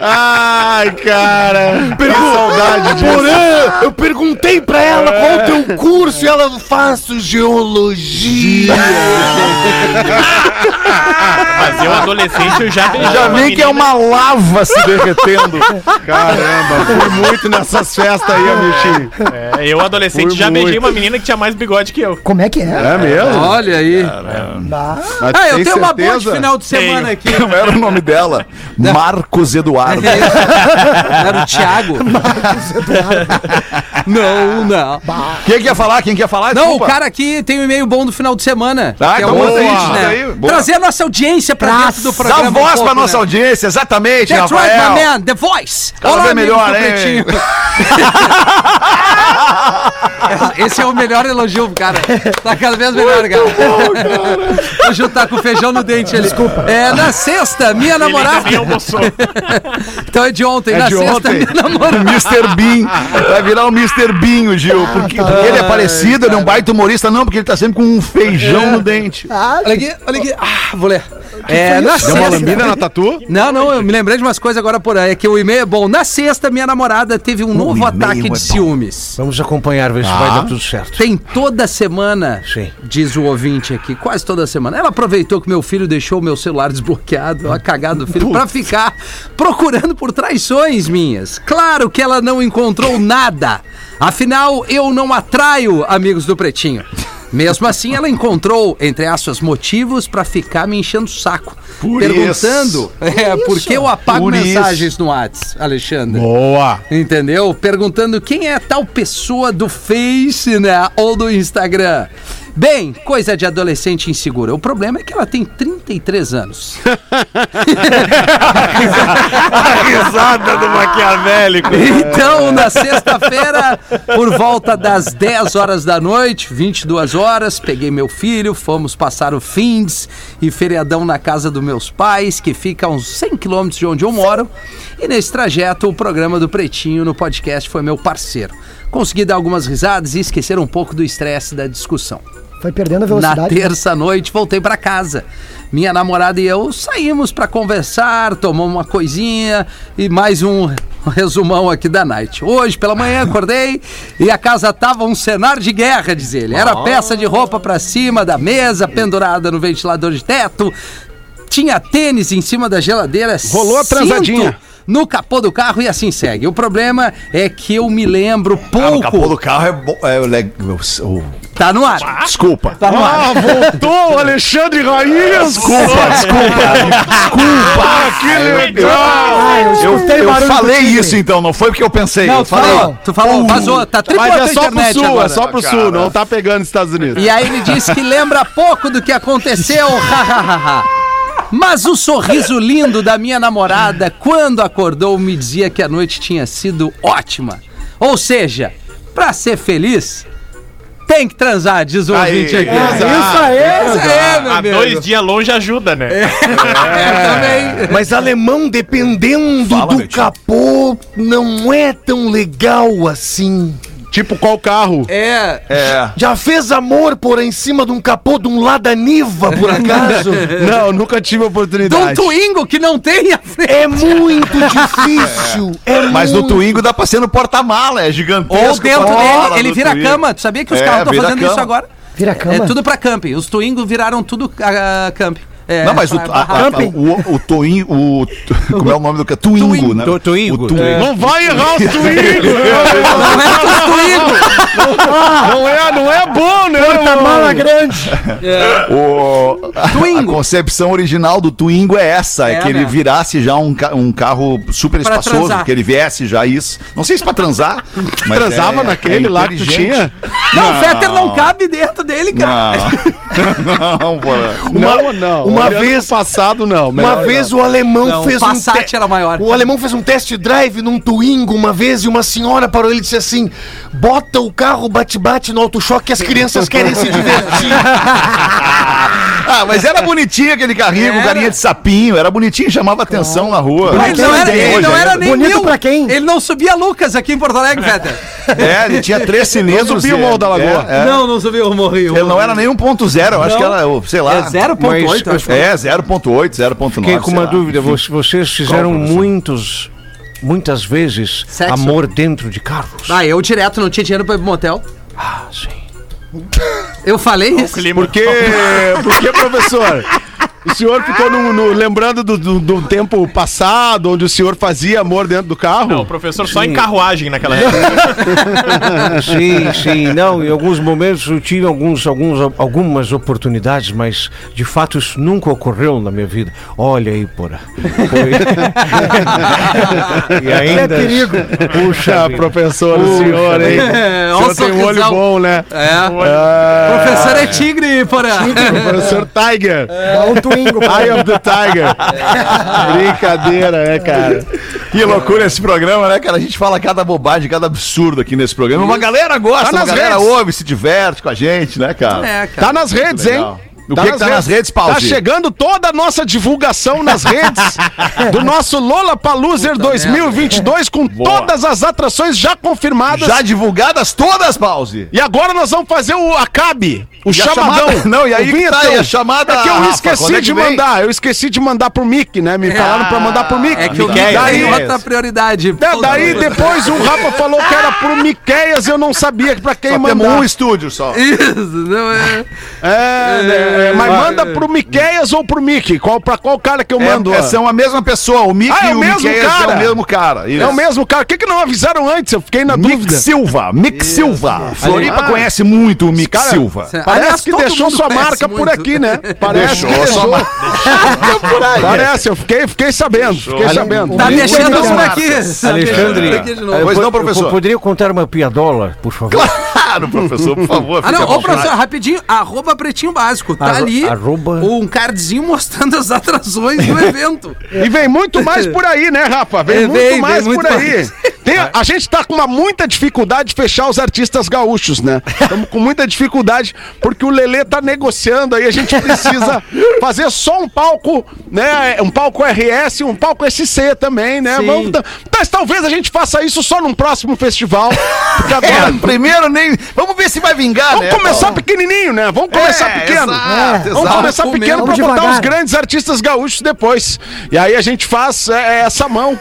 Speaker 4: Ai, cara.
Speaker 10: Pergun
Speaker 8: saudade disso.
Speaker 10: Porã, eu perguntei pra ela qual o teu curso e ela, eu faço geologia.
Speaker 5: Mas eu, adolescente, eu já beijei
Speaker 8: Já vi que é
Speaker 5: menina
Speaker 8: uma lava se derretendo. Caramba, fui muito nessas festas aí, Amichinho.
Speaker 5: É, eu, adolescente,
Speaker 8: Foi
Speaker 5: já beijei
Speaker 8: muito.
Speaker 5: uma menina que tinha mais bigode que eu.
Speaker 7: Como é que é?
Speaker 8: É mesmo?
Speaker 3: Olha aí.
Speaker 7: Ah,
Speaker 8: Mas
Speaker 3: Ah, eu
Speaker 8: tem
Speaker 3: tenho uma boa de
Speaker 8: certeza?
Speaker 3: final de semana aqui.
Speaker 8: Não era o nome dela. Mar Marcos Eduardo.
Speaker 3: Era o Thiago. não, não.
Speaker 8: Quem quer falar? Quem quer falar?
Speaker 3: Não, o
Speaker 8: Desculpa.
Speaker 3: cara aqui tem um e-mail bom do final de semana.
Speaker 8: Ah,
Speaker 3: que é
Speaker 8: então
Speaker 3: um
Speaker 8: manda aí,
Speaker 3: ouvinte,
Speaker 8: manda
Speaker 3: né?
Speaker 8: aí, boa.
Speaker 3: Trazer a nossa audiência pra dentro do
Speaker 8: Dá
Speaker 3: programa. um
Speaker 8: voz pra
Speaker 3: pouco,
Speaker 8: nossa
Speaker 3: né?
Speaker 8: audiência, exatamente,
Speaker 3: That's right,
Speaker 8: Rafael.
Speaker 3: my man, The Voice.
Speaker 8: Cada vez
Speaker 3: amigos
Speaker 8: melhor,
Speaker 3: do
Speaker 8: hein?
Speaker 3: Pretinho. Esse é o melhor elogio, cara. Tá cada vez melhor, cara. Hoje eu tá com feijão no dente ali. Desculpa. É, na sexta, minha namorada.
Speaker 5: também almoçou.
Speaker 3: então é de ontem,
Speaker 8: É
Speaker 3: na
Speaker 8: de
Speaker 3: sexta,
Speaker 8: ontem.
Speaker 3: minha namorada.
Speaker 8: Mr. Bean. Vai virar o Mr. Bean, o Gil.
Speaker 3: Ah,
Speaker 8: Porque,
Speaker 3: tá.
Speaker 8: porque ele é parecido, ele é um baita humorista, não, porque ele tá sempre com um feijão
Speaker 3: É.
Speaker 8: no dente.
Speaker 3: Olha aqui, olha aqui. Ah, vou ler. É,
Speaker 4: Deu
Speaker 3: na
Speaker 4: uma
Speaker 3: sexta.
Speaker 4: lambida na tatu?
Speaker 3: Não, não, eu me lembrei de umas coisas agora por aí. É que o e-mail é bom. Na sexta, minha namorada teve um novo
Speaker 8: e-mail
Speaker 3: ataque
Speaker 8: é
Speaker 3: de
Speaker 8: bom.
Speaker 3: ciúmes.
Speaker 6: Vamos acompanhar, ver se vai dar tudo certo.
Speaker 3: Tem toda semana,
Speaker 6: Sim.
Speaker 3: diz o ouvinte aqui, quase toda semana. Ela aproveitou que meu filho deixou o meu celular desbloqueado, a cagada do filho, pra ficar procurando por traições minhas. Claro que ela não encontrou nada. Afinal, eu não atraio amigos do Pretinho. Mesmo assim, ela encontrou, entre aspas, motivos pra ficar me enchendo o saco. perguntando é, por que eu apago
Speaker 8: Por isso.
Speaker 3: mensagens no Whats, Alexandre.
Speaker 4: Boa.
Speaker 3: Entendeu? Perguntando quem é tal pessoa do Face, né? Ou do Instagram. Bem, coisa de adolescente insegura. O problema é que ela tem 33 anos.
Speaker 8: A risada do Tá maquiavélico.
Speaker 3: Então, na sexta-feira, por volta das 10 horas da noite, 22 horas, peguei meu filho, fomos passar o fins e feriadão na casa dos meus pais, que fica a uns 100 quilômetros de onde eu moro. E nesse trajeto, o programa do Pretinho no podcast foi meu parceiro. Consegui dar algumas risadas e esquecer um pouco do estresse da discussão.
Speaker 7: Foi perdendo a
Speaker 3: Na
Speaker 7: velocidade.
Speaker 3: terça-noite voltei pra casa. Minha namorada e eu saímos pra conversar, tomamos uma coisinha e mais um resumão aqui da night. Hoje pela manhã acordei e a casa tava um cenário de guerra, diz ele. Era peça de roupa pra cima da mesa, pendurada no ventilador de teto. Tinha tênis em cima da geladeira.
Speaker 4: Rolou a transadinha.
Speaker 3: cinto No capô do carro e assim segue. O problema é que eu me lembro
Speaker 8: O capô
Speaker 3: pouco.
Speaker 8: do carro é, bo... é le- o-
Speaker 3: Tá no ar.
Speaker 8: Desculpa.
Speaker 3: Tá no ar.
Speaker 4: Ah, voltou o Alexandre Rainhas.
Speaker 8: Desculpa, desculpa. Desculpa.
Speaker 4: Que legal.
Speaker 8: Eu, eu
Speaker 7: barulho do
Speaker 8: falei
Speaker 7: tigre.
Speaker 8: isso então, não foi porque eu pensei.
Speaker 3: Não,
Speaker 8: eu
Speaker 3: tu falou,
Speaker 8: falei. "Uh,
Speaker 3: tu
Speaker 4: Uh.
Speaker 3: falou, vazou, tá tripla
Speaker 4: Mas
Speaker 3: a
Speaker 4: é só pro
Speaker 3: internet
Speaker 4: sul,
Speaker 3: agora.
Speaker 4: é só pro sul, não tá pegando nos Estados Unidos.
Speaker 3: E aí ele disse que lembra pouco do que aconteceu, hahaha. Mas o sorriso lindo da minha namorada, quando acordou, me dizia que a noite tinha sido ótima. Ou seja, pra ser feliz, tem que transar, diz o
Speaker 8: Aí,
Speaker 3: ouvinte aqui.
Speaker 4: exato.
Speaker 8: Ah,
Speaker 3: Isso é, meu
Speaker 5: Há
Speaker 3: amigo.
Speaker 5: dois dias longe ajuda, né?
Speaker 3: É, também.
Speaker 10: Mas alemão, dependendo
Speaker 8: Fala, meu
Speaker 10: do
Speaker 8: tio.
Speaker 10: capô, não é tão legal assim.
Speaker 4: Tipo, qual carro?
Speaker 3: É,
Speaker 8: É.
Speaker 10: Já fez amor por em cima de um capô de um Lada Niva, por acaso?
Speaker 4: Não, nunca tive
Speaker 3: de um
Speaker 4: oportunidade.
Speaker 3: Twingo que não tem a frente.
Speaker 10: É muito difícil. É,
Speaker 8: Mas no
Speaker 10: muito...
Speaker 8: Twingo dá pra ser no porta-mala, é gigantesco.
Speaker 3: Ou dentro
Speaker 8: porta-mala
Speaker 3: dele, ele
Speaker 8: no
Speaker 3: vira
Speaker 8: Twingo.
Speaker 3: cama. Tu sabia que os
Speaker 8: É,
Speaker 3: carros estão
Speaker 8: vira
Speaker 3: fazendo isso
Speaker 8: cama.
Speaker 3: agora?
Speaker 7: Vira a cama.
Speaker 3: É tudo pra camping. Os Twingo viraram tudo ah, camping. É,
Speaker 8: Não, mas o,
Speaker 3: pra-
Speaker 8: a- a- a- o, o Toin- o- Como é o nome do cara? Twingo, né?
Speaker 6: Twi- Twingo.
Speaker 8: O Twingo.
Speaker 6: É.
Speaker 4: Não vai errar os Twingo.
Speaker 3: Não é tudo Twingo!
Speaker 4: Não é, não é bom, né?
Speaker 7: Porta-mala grande.
Speaker 8: O- a-
Speaker 3: Twingo.
Speaker 8: A concepção original do Twingo é essa, é,
Speaker 3: É,
Speaker 8: que ele
Speaker 3: né?
Speaker 8: virasse já um, ca- um carro super
Speaker 3: Pra
Speaker 8: espaçoso,
Speaker 3: transar.
Speaker 8: que ele viesse já isso. Não sei se pra transar, mas
Speaker 4: Transava
Speaker 8: é-
Speaker 4: naquele
Speaker 8: é
Speaker 4: lá que tu
Speaker 8: inteligente.
Speaker 4: tinha.
Speaker 3: Não, o Fetter não cabe dentro dele, cara.
Speaker 8: Não, não, pô.
Speaker 4: não, não.
Speaker 10: uma
Speaker 4: Olhando
Speaker 10: vez-
Speaker 4: passado, não.
Speaker 10: Uma
Speaker 4: melhor
Speaker 10: vez o alemão
Speaker 3: Não,
Speaker 10: fez
Speaker 3: o
Speaker 10: um
Speaker 3: Passat
Speaker 10: te-
Speaker 3: era maior.
Speaker 10: O alemão fez um test drive num Twingo uma vez e uma senhora parou ele e disse assim: "Bota o carro bate-bate no auto-choque que as crianças querem se divertir".
Speaker 8: Ah, mas era bonitinho aquele carrinho com
Speaker 3: Era.
Speaker 8: carinha de sapinho, era bonitinho, chamava atenção na rua.
Speaker 3: Mas não era,
Speaker 8: Tem
Speaker 3: ele
Speaker 8: hoje
Speaker 3: não era
Speaker 8: ainda.
Speaker 3: nem
Speaker 7: Bonito
Speaker 3: mil.
Speaker 7: pra quem?
Speaker 3: Ele não subia Lucas aqui em Porto Alegre, Fetter.
Speaker 8: É, ele tinha três
Speaker 4: Não
Speaker 8: cilindros.
Speaker 4: subia o
Speaker 8: é,
Speaker 4: Morro da Lagoa.
Speaker 8: é, é.
Speaker 3: Não, não subia o morrinho.
Speaker 8: Ele não era nem 1.0, eu acho que era, sei lá.
Speaker 3: É 0.8,
Speaker 6: mas-
Speaker 3: acho.
Speaker 8: É, 0.8, 0.9.
Speaker 6: Fiquei com uma
Speaker 8: sei lá.
Speaker 6: dúvida. Vocês, vocês fizeram
Speaker 8: Qual, professor?
Speaker 6: muitos, muitas vezes
Speaker 3: Sexo.
Speaker 6: amor dentro de carros.
Speaker 3: Ah, eu direto não tinha dinheiro pra ir pro motel.
Speaker 6: Ah, sim.
Speaker 3: Eu falei isso.
Speaker 8: Porque, porque É, professor?
Speaker 4: O senhor ficou no, no- lembrando do, do, do tempo passado, onde o senhor fazia amor dentro do carro?
Speaker 5: Não, o professor só em carruagem naquela época.
Speaker 6: Sim, sim, não, em alguns momentos eu tive alguns, alguns, algumas oportunidades, mas de fato isso nunca ocorreu na minha vida. Olha aí, porra. Foi... e ainda... É perigo. Puxa,
Speaker 4: Ah, professor, o senhor, hein?
Speaker 3: É,
Speaker 4: o
Speaker 3: olha
Speaker 4: senhor
Speaker 3: o
Speaker 4: tem um olho
Speaker 3: sorrisão.
Speaker 4: bom, né?
Speaker 3: É.
Speaker 4: É.
Speaker 3: Professor é tigre, porra.
Speaker 4: Professor Tiger.
Speaker 7: É. Dá um twingo. É.
Speaker 4: Eye of the Tiger. Brincadeira, né, cara?
Speaker 8: Que loucura esse programa, né, cara? A gente fala cada bobagem, cada absurdo aqui nesse programa. Uma galera gosta,
Speaker 4: Tá nas
Speaker 8: uma galera
Speaker 4: redes.
Speaker 8: ouve, se diverte com a gente, né, cara?
Speaker 3: É, cara.
Speaker 4: Tá nas redes, hein?
Speaker 8: legal. O que que tá nas redes, Pause?
Speaker 4: Tá chegando toda a nossa divulgação nas redes do nosso Lola Paluser 2022 com todas as atrações já confirmadas.
Speaker 8: Já divulgadas todas, pause.
Speaker 4: E agora nós vamos fazer o acabe, o
Speaker 8: E a
Speaker 4: chamadão.
Speaker 8: chamada- Não, e aí
Speaker 4: o
Speaker 8: que tá,
Speaker 4: vinhetão.
Speaker 8: e a
Speaker 10: Ah,
Speaker 8: chamada,
Speaker 4: É que eu
Speaker 8: Rafa, quando
Speaker 4: esqueci
Speaker 8: é que
Speaker 4: de
Speaker 8: vem?
Speaker 4: mandar, eu esqueci de mandar pro Mick, né? Me falaram pra mandar pro Mick.
Speaker 3: É que o Gui
Speaker 6: Miquel,
Speaker 3: tem
Speaker 6: Miquel.
Speaker 3: outra prioridade.
Speaker 4: É, daí depois o Rafa falou que era pro Miqueias, eu não sabia pra quem
Speaker 8: Só temos
Speaker 4: mandar.
Speaker 8: um estúdio só.
Speaker 3: Isso, não é.
Speaker 4: É, né, é, mas manda pro Miqueias ou pro Mickey? Qual, pra qual cara que eu
Speaker 8: É,
Speaker 4: mando?
Speaker 8: é,
Speaker 4: ó?
Speaker 8: são a mesma pessoa, o Mickey
Speaker 4: Ah, é
Speaker 8: e
Speaker 4: o
Speaker 8: o
Speaker 4: mesmo
Speaker 8: Mickey
Speaker 4: cara?
Speaker 8: é o mesmo cara.
Speaker 4: É o mesmo cara. Por que, que não avisaram antes? Eu fiquei na
Speaker 8: Mick
Speaker 4: dúvida.
Speaker 8: Silva, Mick Silva. Floripa
Speaker 4: Ah.
Speaker 8: conhece muito o Mick
Speaker 4: cara-
Speaker 8: Silva.
Speaker 3: Cê-
Speaker 4: Parece
Speaker 3: Aliás,
Speaker 4: que
Speaker 3: todo
Speaker 4: deixou
Speaker 3: mundo
Speaker 4: sua
Speaker 3: conhece
Speaker 4: marca por
Speaker 3: muito.
Speaker 4: aqui, né? Parece que
Speaker 8: Deixou sua
Speaker 4: Parece, eu fiquei, fiquei sabendo. Fiquei sabendo.
Speaker 3: Tá
Speaker 4: Mick
Speaker 3: deixando
Speaker 4: Silva.
Speaker 3: por aqui.
Speaker 6: Alexandre.
Speaker 3: Tá deixando por aqui de novo.
Speaker 8: É, Pois
Speaker 6: Eu-
Speaker 8: não,
Speaker 6: eu
Speaker 8: professor?
Speaker 6: poderia contar uma piadola, por favor?
Speaker 8: Claro, professor, por favor.
Speaker 3: Ah,
Speaker 8: fica
Speaker 3: não,
Speaker 8: à
Speaker 3: ô
Speaker 8: vontade.
Speaker 3: professor, rapidinho, arroba Pretinho Básico. Tá
Speaker 6: Arro-
Speaker 3: ali
Speaker 6: arroba-
Speaker 3: um cardzinho mostrando as atrações do evento.
Speaker 4: E vem muito mais por aí, né, Rafa? Vem
Speaker 3: É,
Speaker 4: muito
Speaker 3: vem, vem
Speaker 4: mais
Speaker 3: muito
Speaker 4: por aí.
Speaker 3: mais.
Speaker 4: Tem- a gente tá com uma muita dificuldade de fechar os artistas gaúchos, né? Estamos com muita dificuldade, porque o Lelê tá negociando aí, a gente precisa fazer só um palco, né? Um palco RS, um palco SC também, né?
Speaker 3: Sim.
Speaker 4: Vamos, ta- mas talvez a gente faça isso só num próximo festival. Porque
Speaker 8: É,
Speaker 4: agora.
Speaker 8: primeiro nem. Vamos ver se vai vingar,
Speaker 4: Vamos
Speaker 8: né?
Speaker 4: começar pequenininho, né? Vamos começar
Speaker 8: É,
Speaker 4: pequeno.
Speaker 8: exato,
Speaker 4: Vamos
Speaker 8: exato.
Speaker 4: começar
Speaker 3: Vamos
Speaker 4: pequeno pra
Speaker 7: comer,
Speaker 4: botar
Speaker 7: devagar.
Speaker 4: os grandes artistas gaúchos depois. E aí a gente faz é, essa mão.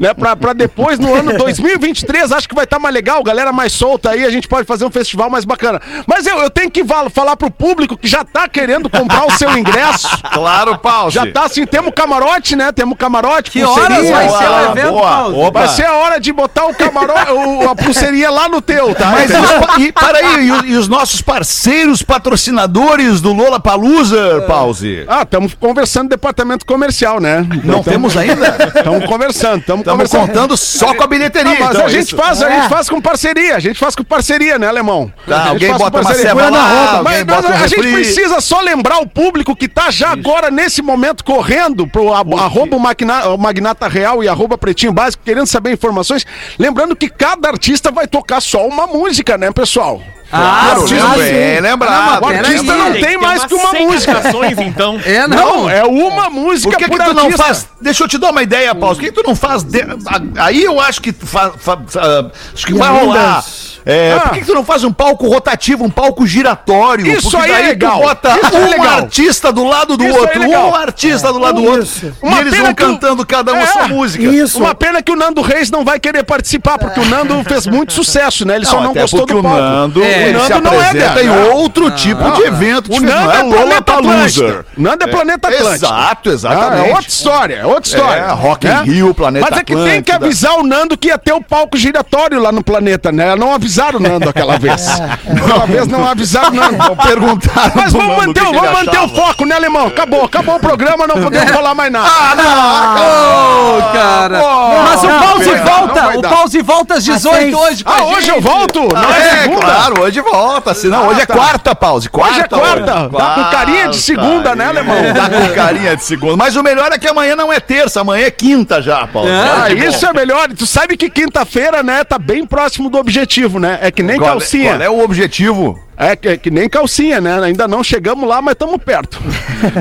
Speaker 4: Né, pra, pra depois, no ano 2023, acho que vai estar mais legal, galera mais solta aí, a gente pode fazer um festival mais bacana. Mas eu, eu tenho que val- falar pro público que já tá querendo comprar o seu ingresso.
Speaker 8: Claro, pause.
Speaker 4: Já tá assim, temos camarote, né? Temos camarote,
Speaker 3: Que horas vai
Speaker 8: boa,
Speaker 3: ser o evento,
Speaker 8: boa.
Speaker 3: Paulo?
Speaker 8: Opa.
Speaker 4: Vai ser a hora de botar o camarote, o- a pulseirinha lá no teu, tá?
Speaker 8: Mas os pa- e, para aí, e, o- e os nossos parceiros patrocinadores do Lola Palusa, pause?
Speaker 4: Ah, estamos conversando do departamento comercial, né?
Speaker 8: Não temos ainda?
Speaker 4: Estamos conversando, estamos
Speaker 8: Estamos
Speaker 4: conversando.
Speaker 8: contando só com a bilheteria.
Speaker 4: Não, mas
Speaker 8: então,
Speaker 4: a
Speaker 8: é
Speaker 4: gente
Speaker 8: isso?
Speaker 4: faz, a
Speaker 7: É.
Speaker 4: gente faz com parceria, a gente faz com parceria, né, alemão? A
Speaker 8: Tá,
Speaker 4: gente
Speaker 8: alguém
Speaker 4: faz com
Speaker 8: bota uma
Speaker 4: parceria.
Speaker 8: ceva lá,
Speaker 4: Mas
Speaker 8: alguém
Speaker 4: nós-
Speaker 8: bota um
Speaker 4: a gente
Speaker 8: refri.
Speaker 4: precisa só lembrar o público que tá já agora, nesse momento, correndo pro a- arroba o magna- o Magnata Real e arroba Pretinho Básico, querendo saber informações. Lembrando que cada artista vai tocar só uma música, né, pessoal?
Speaker 3: Ah,
Speaker 8: Claro,
Speaker 3: sim.
Speaker 8: lembra- é
Speaker 3: Ah,
Speaker 8: lembrado.
Speaker 3: não,
Speaker 4: O
Speaker 3: mas peraí.
Speaker 4: artista não
Speaker 5: Tem que
Speaker 4: tem
Speaker 5: ter
Speaker 4: mais
Speaker 5: umas
Speaker 4: que uma
Speaker 5: 100
Speaker 4: música.
Speaker 5: atrações, então.
Speaker 3: É, não.
Speaker 4: Não, é uma música
Speaker 8: Por que, que
Speaker 4: por
Speaker 8: tu não
Speaker 4: artista.
Speaker 8: faz? Deixa eu te dar uma ideia, Paulo. Por que, que tu não faz? de- a- Aí eu acho que tu fa- fa- ah, acho que vai rolar. É,
Speaker 4: Ah.
Speaker 8: Por que, que tu não faz um palco rotativo, um palco giratório?
Speaker 4: Isso
Speaker 8: Porque
Speaker 4: aí é
Speaker 8: daí tu
Speaker 4: legal.
Speaker 8: Bota
Speaker 4: Isso é
Speaker 8: um
Speaker 4: legal.
Speaker 8: artista do lado do
Speaker 4: Isso aí é
Speaker 8: outro,
Speaker 4: legal.
Speaker 8: um artista do lado do outro.
Speaker 7: Isso.
Speaker 8: E
Speaker 4: Uma
Speaker 8: eles
Speaker 4: pena
Speaker 8: vão
Speaker 4: que o-
Speaker 8: cantando cada um a
Speaker 4: É.
Speaker 8: sua música.
Speaker 7: Isso.
Speaker 4: Uma pena que o Nando Reis não vai querer participar, porque o Nando fez muito sucesso, né? Ele só não
Speaker 8: até
Speaker 4: gostou
Speaker 8: porque
Speaker 4: do palco.
Speaker 8: o Nando,
Speaker 3: É,
Speaker 8: ele
Speaker 4: o
Speaker 8: se
Speaker 4: Nando não é
Speaker 8: apresenta
Speaker 4: dela.
Speaker 8: em outro tipo de evento.
Speaker 4: O
Speaker 8: tipo, não
Speaker 4: Nando é, planeta
Speaker 8: Lollapalooza.
Speaker 4: Atlântico. O Nando é planeta Atlântico.
Speaker 8: Exato,
Speaker 4: Ah,
Speaker 8: exatamente.
Speaker 4: é outra história, é outra história.
Speaker 8: É, Rock in
Speaker 4: né?
Speaker 8: Rio, Planeta
Speaker 4: Mas é que tem que
Speaker 8: Atlântida.
Speaker 4: avisar o Nando que ia ter o palco giratório lá no planeta, né? Não avisaram o Nando aquela vez. Aquela vez não avisaram o Nando.
Speaker 8: Perguntaram
Speaker 4: Mas
Speaker 8: pro
Speaker 4: vamos
Speaker 8: Nando o
Speaker 4: manter,
Speaker 8: que que ele
Speaker 4: vamos manter o
Speaker 8: achava.
Speaker 4: foco, né, alemão? Acabou, acabou o programa, não podemos falar mais nada.
Speaker 8: Ah, não!
Speaker 3: Ô, cara. Mas o pause
Speaker 8: Ah, não, não
Speaker 3: volta,
Speaker 8: vai
Speaker 3: o
Speaker 8: dar.
Speaker 3: pause volta às 18 hoje com
Speaker 4: Ah,
Speaker 3: a
Speaker 4: hoje
Speaker 3: gente.
Speaker 4: eu volto? Não é, segunda? Ah, tá.
Speaker 8: claro, hoje volta, senão hoje é quarta, pause. Quarta,
Speaker 4: Hoje é quarta, tá com carinha de segunda, né, alemão?
Speaker 8: Tá com carinha de segunda. Mas o melhor é que amanhã não é terça, amanhã é quinta já, pause.
Speaker 4: Ah, isso é melhor. Tu sabe que quinta-feira, né, tá bem próximo do objetivo, né? É que nem
Speaker 8: Qual é-
Speaker 4: calcinha.
Speaker 8: Qual é o objetivo?
Speaker 4: É que, é que nem calcinha, né? Ainda não chegamos lá, mas estamos perto.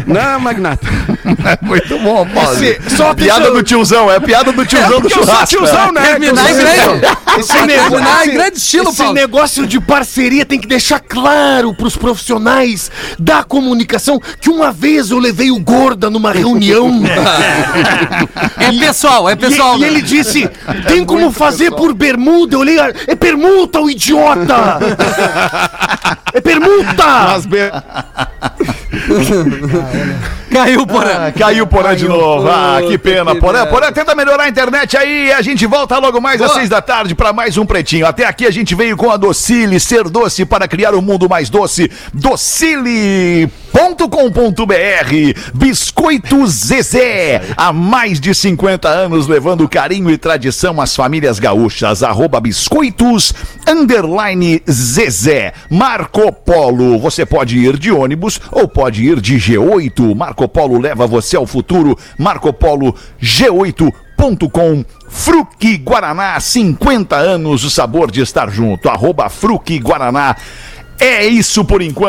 Speaker 4: né, Magnata?
Speaker 8: Muito bom, pause.
Speaker 4: Esse- só
Speaker 8: piada
Speaker 4: deixa eu-
Speaker 8: do tiozão, é piada do tiozão do
Speaker 4: Porque eu sou
Speaker 10: assim,
Speaker 8: churrasco.
Speaker 4: tiozão,
Speaker 8: né?
Speaker 4: né?
Speaker 3: Terminar em grande.
Speaker 10: Esse
Speaker 3: Terminar em grande estilo,
Speaker 10: Esse
Speaker 3: Paulo.
Speaker 10: negócio de parceria tem que deixar claro pros profissionais da comunicação que uma vez eu levei o Gorda numa reunião.
Speaker 3: É pessoal, é pessoal.
Speaker 10: E, e ele disse:
Speaker 4: É
Speaker 10: tem como fazer por bermuda? Eu olhei, é permuta, o idiota! é permuta!
Speaker 4: Mas be-
Speaker 3: Caiu, Porã.
Speaker 8: Ah, caiu o Porã de novo. Ah, que pena,
Speaker 3: que
Speaker 8: Porã.
Speaker 3: pena.
Speaker 8: Porã, tenta melhorar a internet aí. A gente volta logo mais às seis da tarde para mais um Pretinho. Até aqui a gente veio com a Docile, ser doce para criar um mundo mais doce. Docile.com.br Biscoito Zezé. Há mais de 50 anos levando carinho e tradição às famílias gaúchas. Arroba biscoitos, underline Zezé. Marco Polo. Você pode ir de ônibus ou pode ir de G8. Marco Polo leva você ao futuro. Marco Polo G8.com. Fruque Guaraná, 50 anos o sabor de estar junto. Arroba Fruque Guaraná. É isso por enquanto.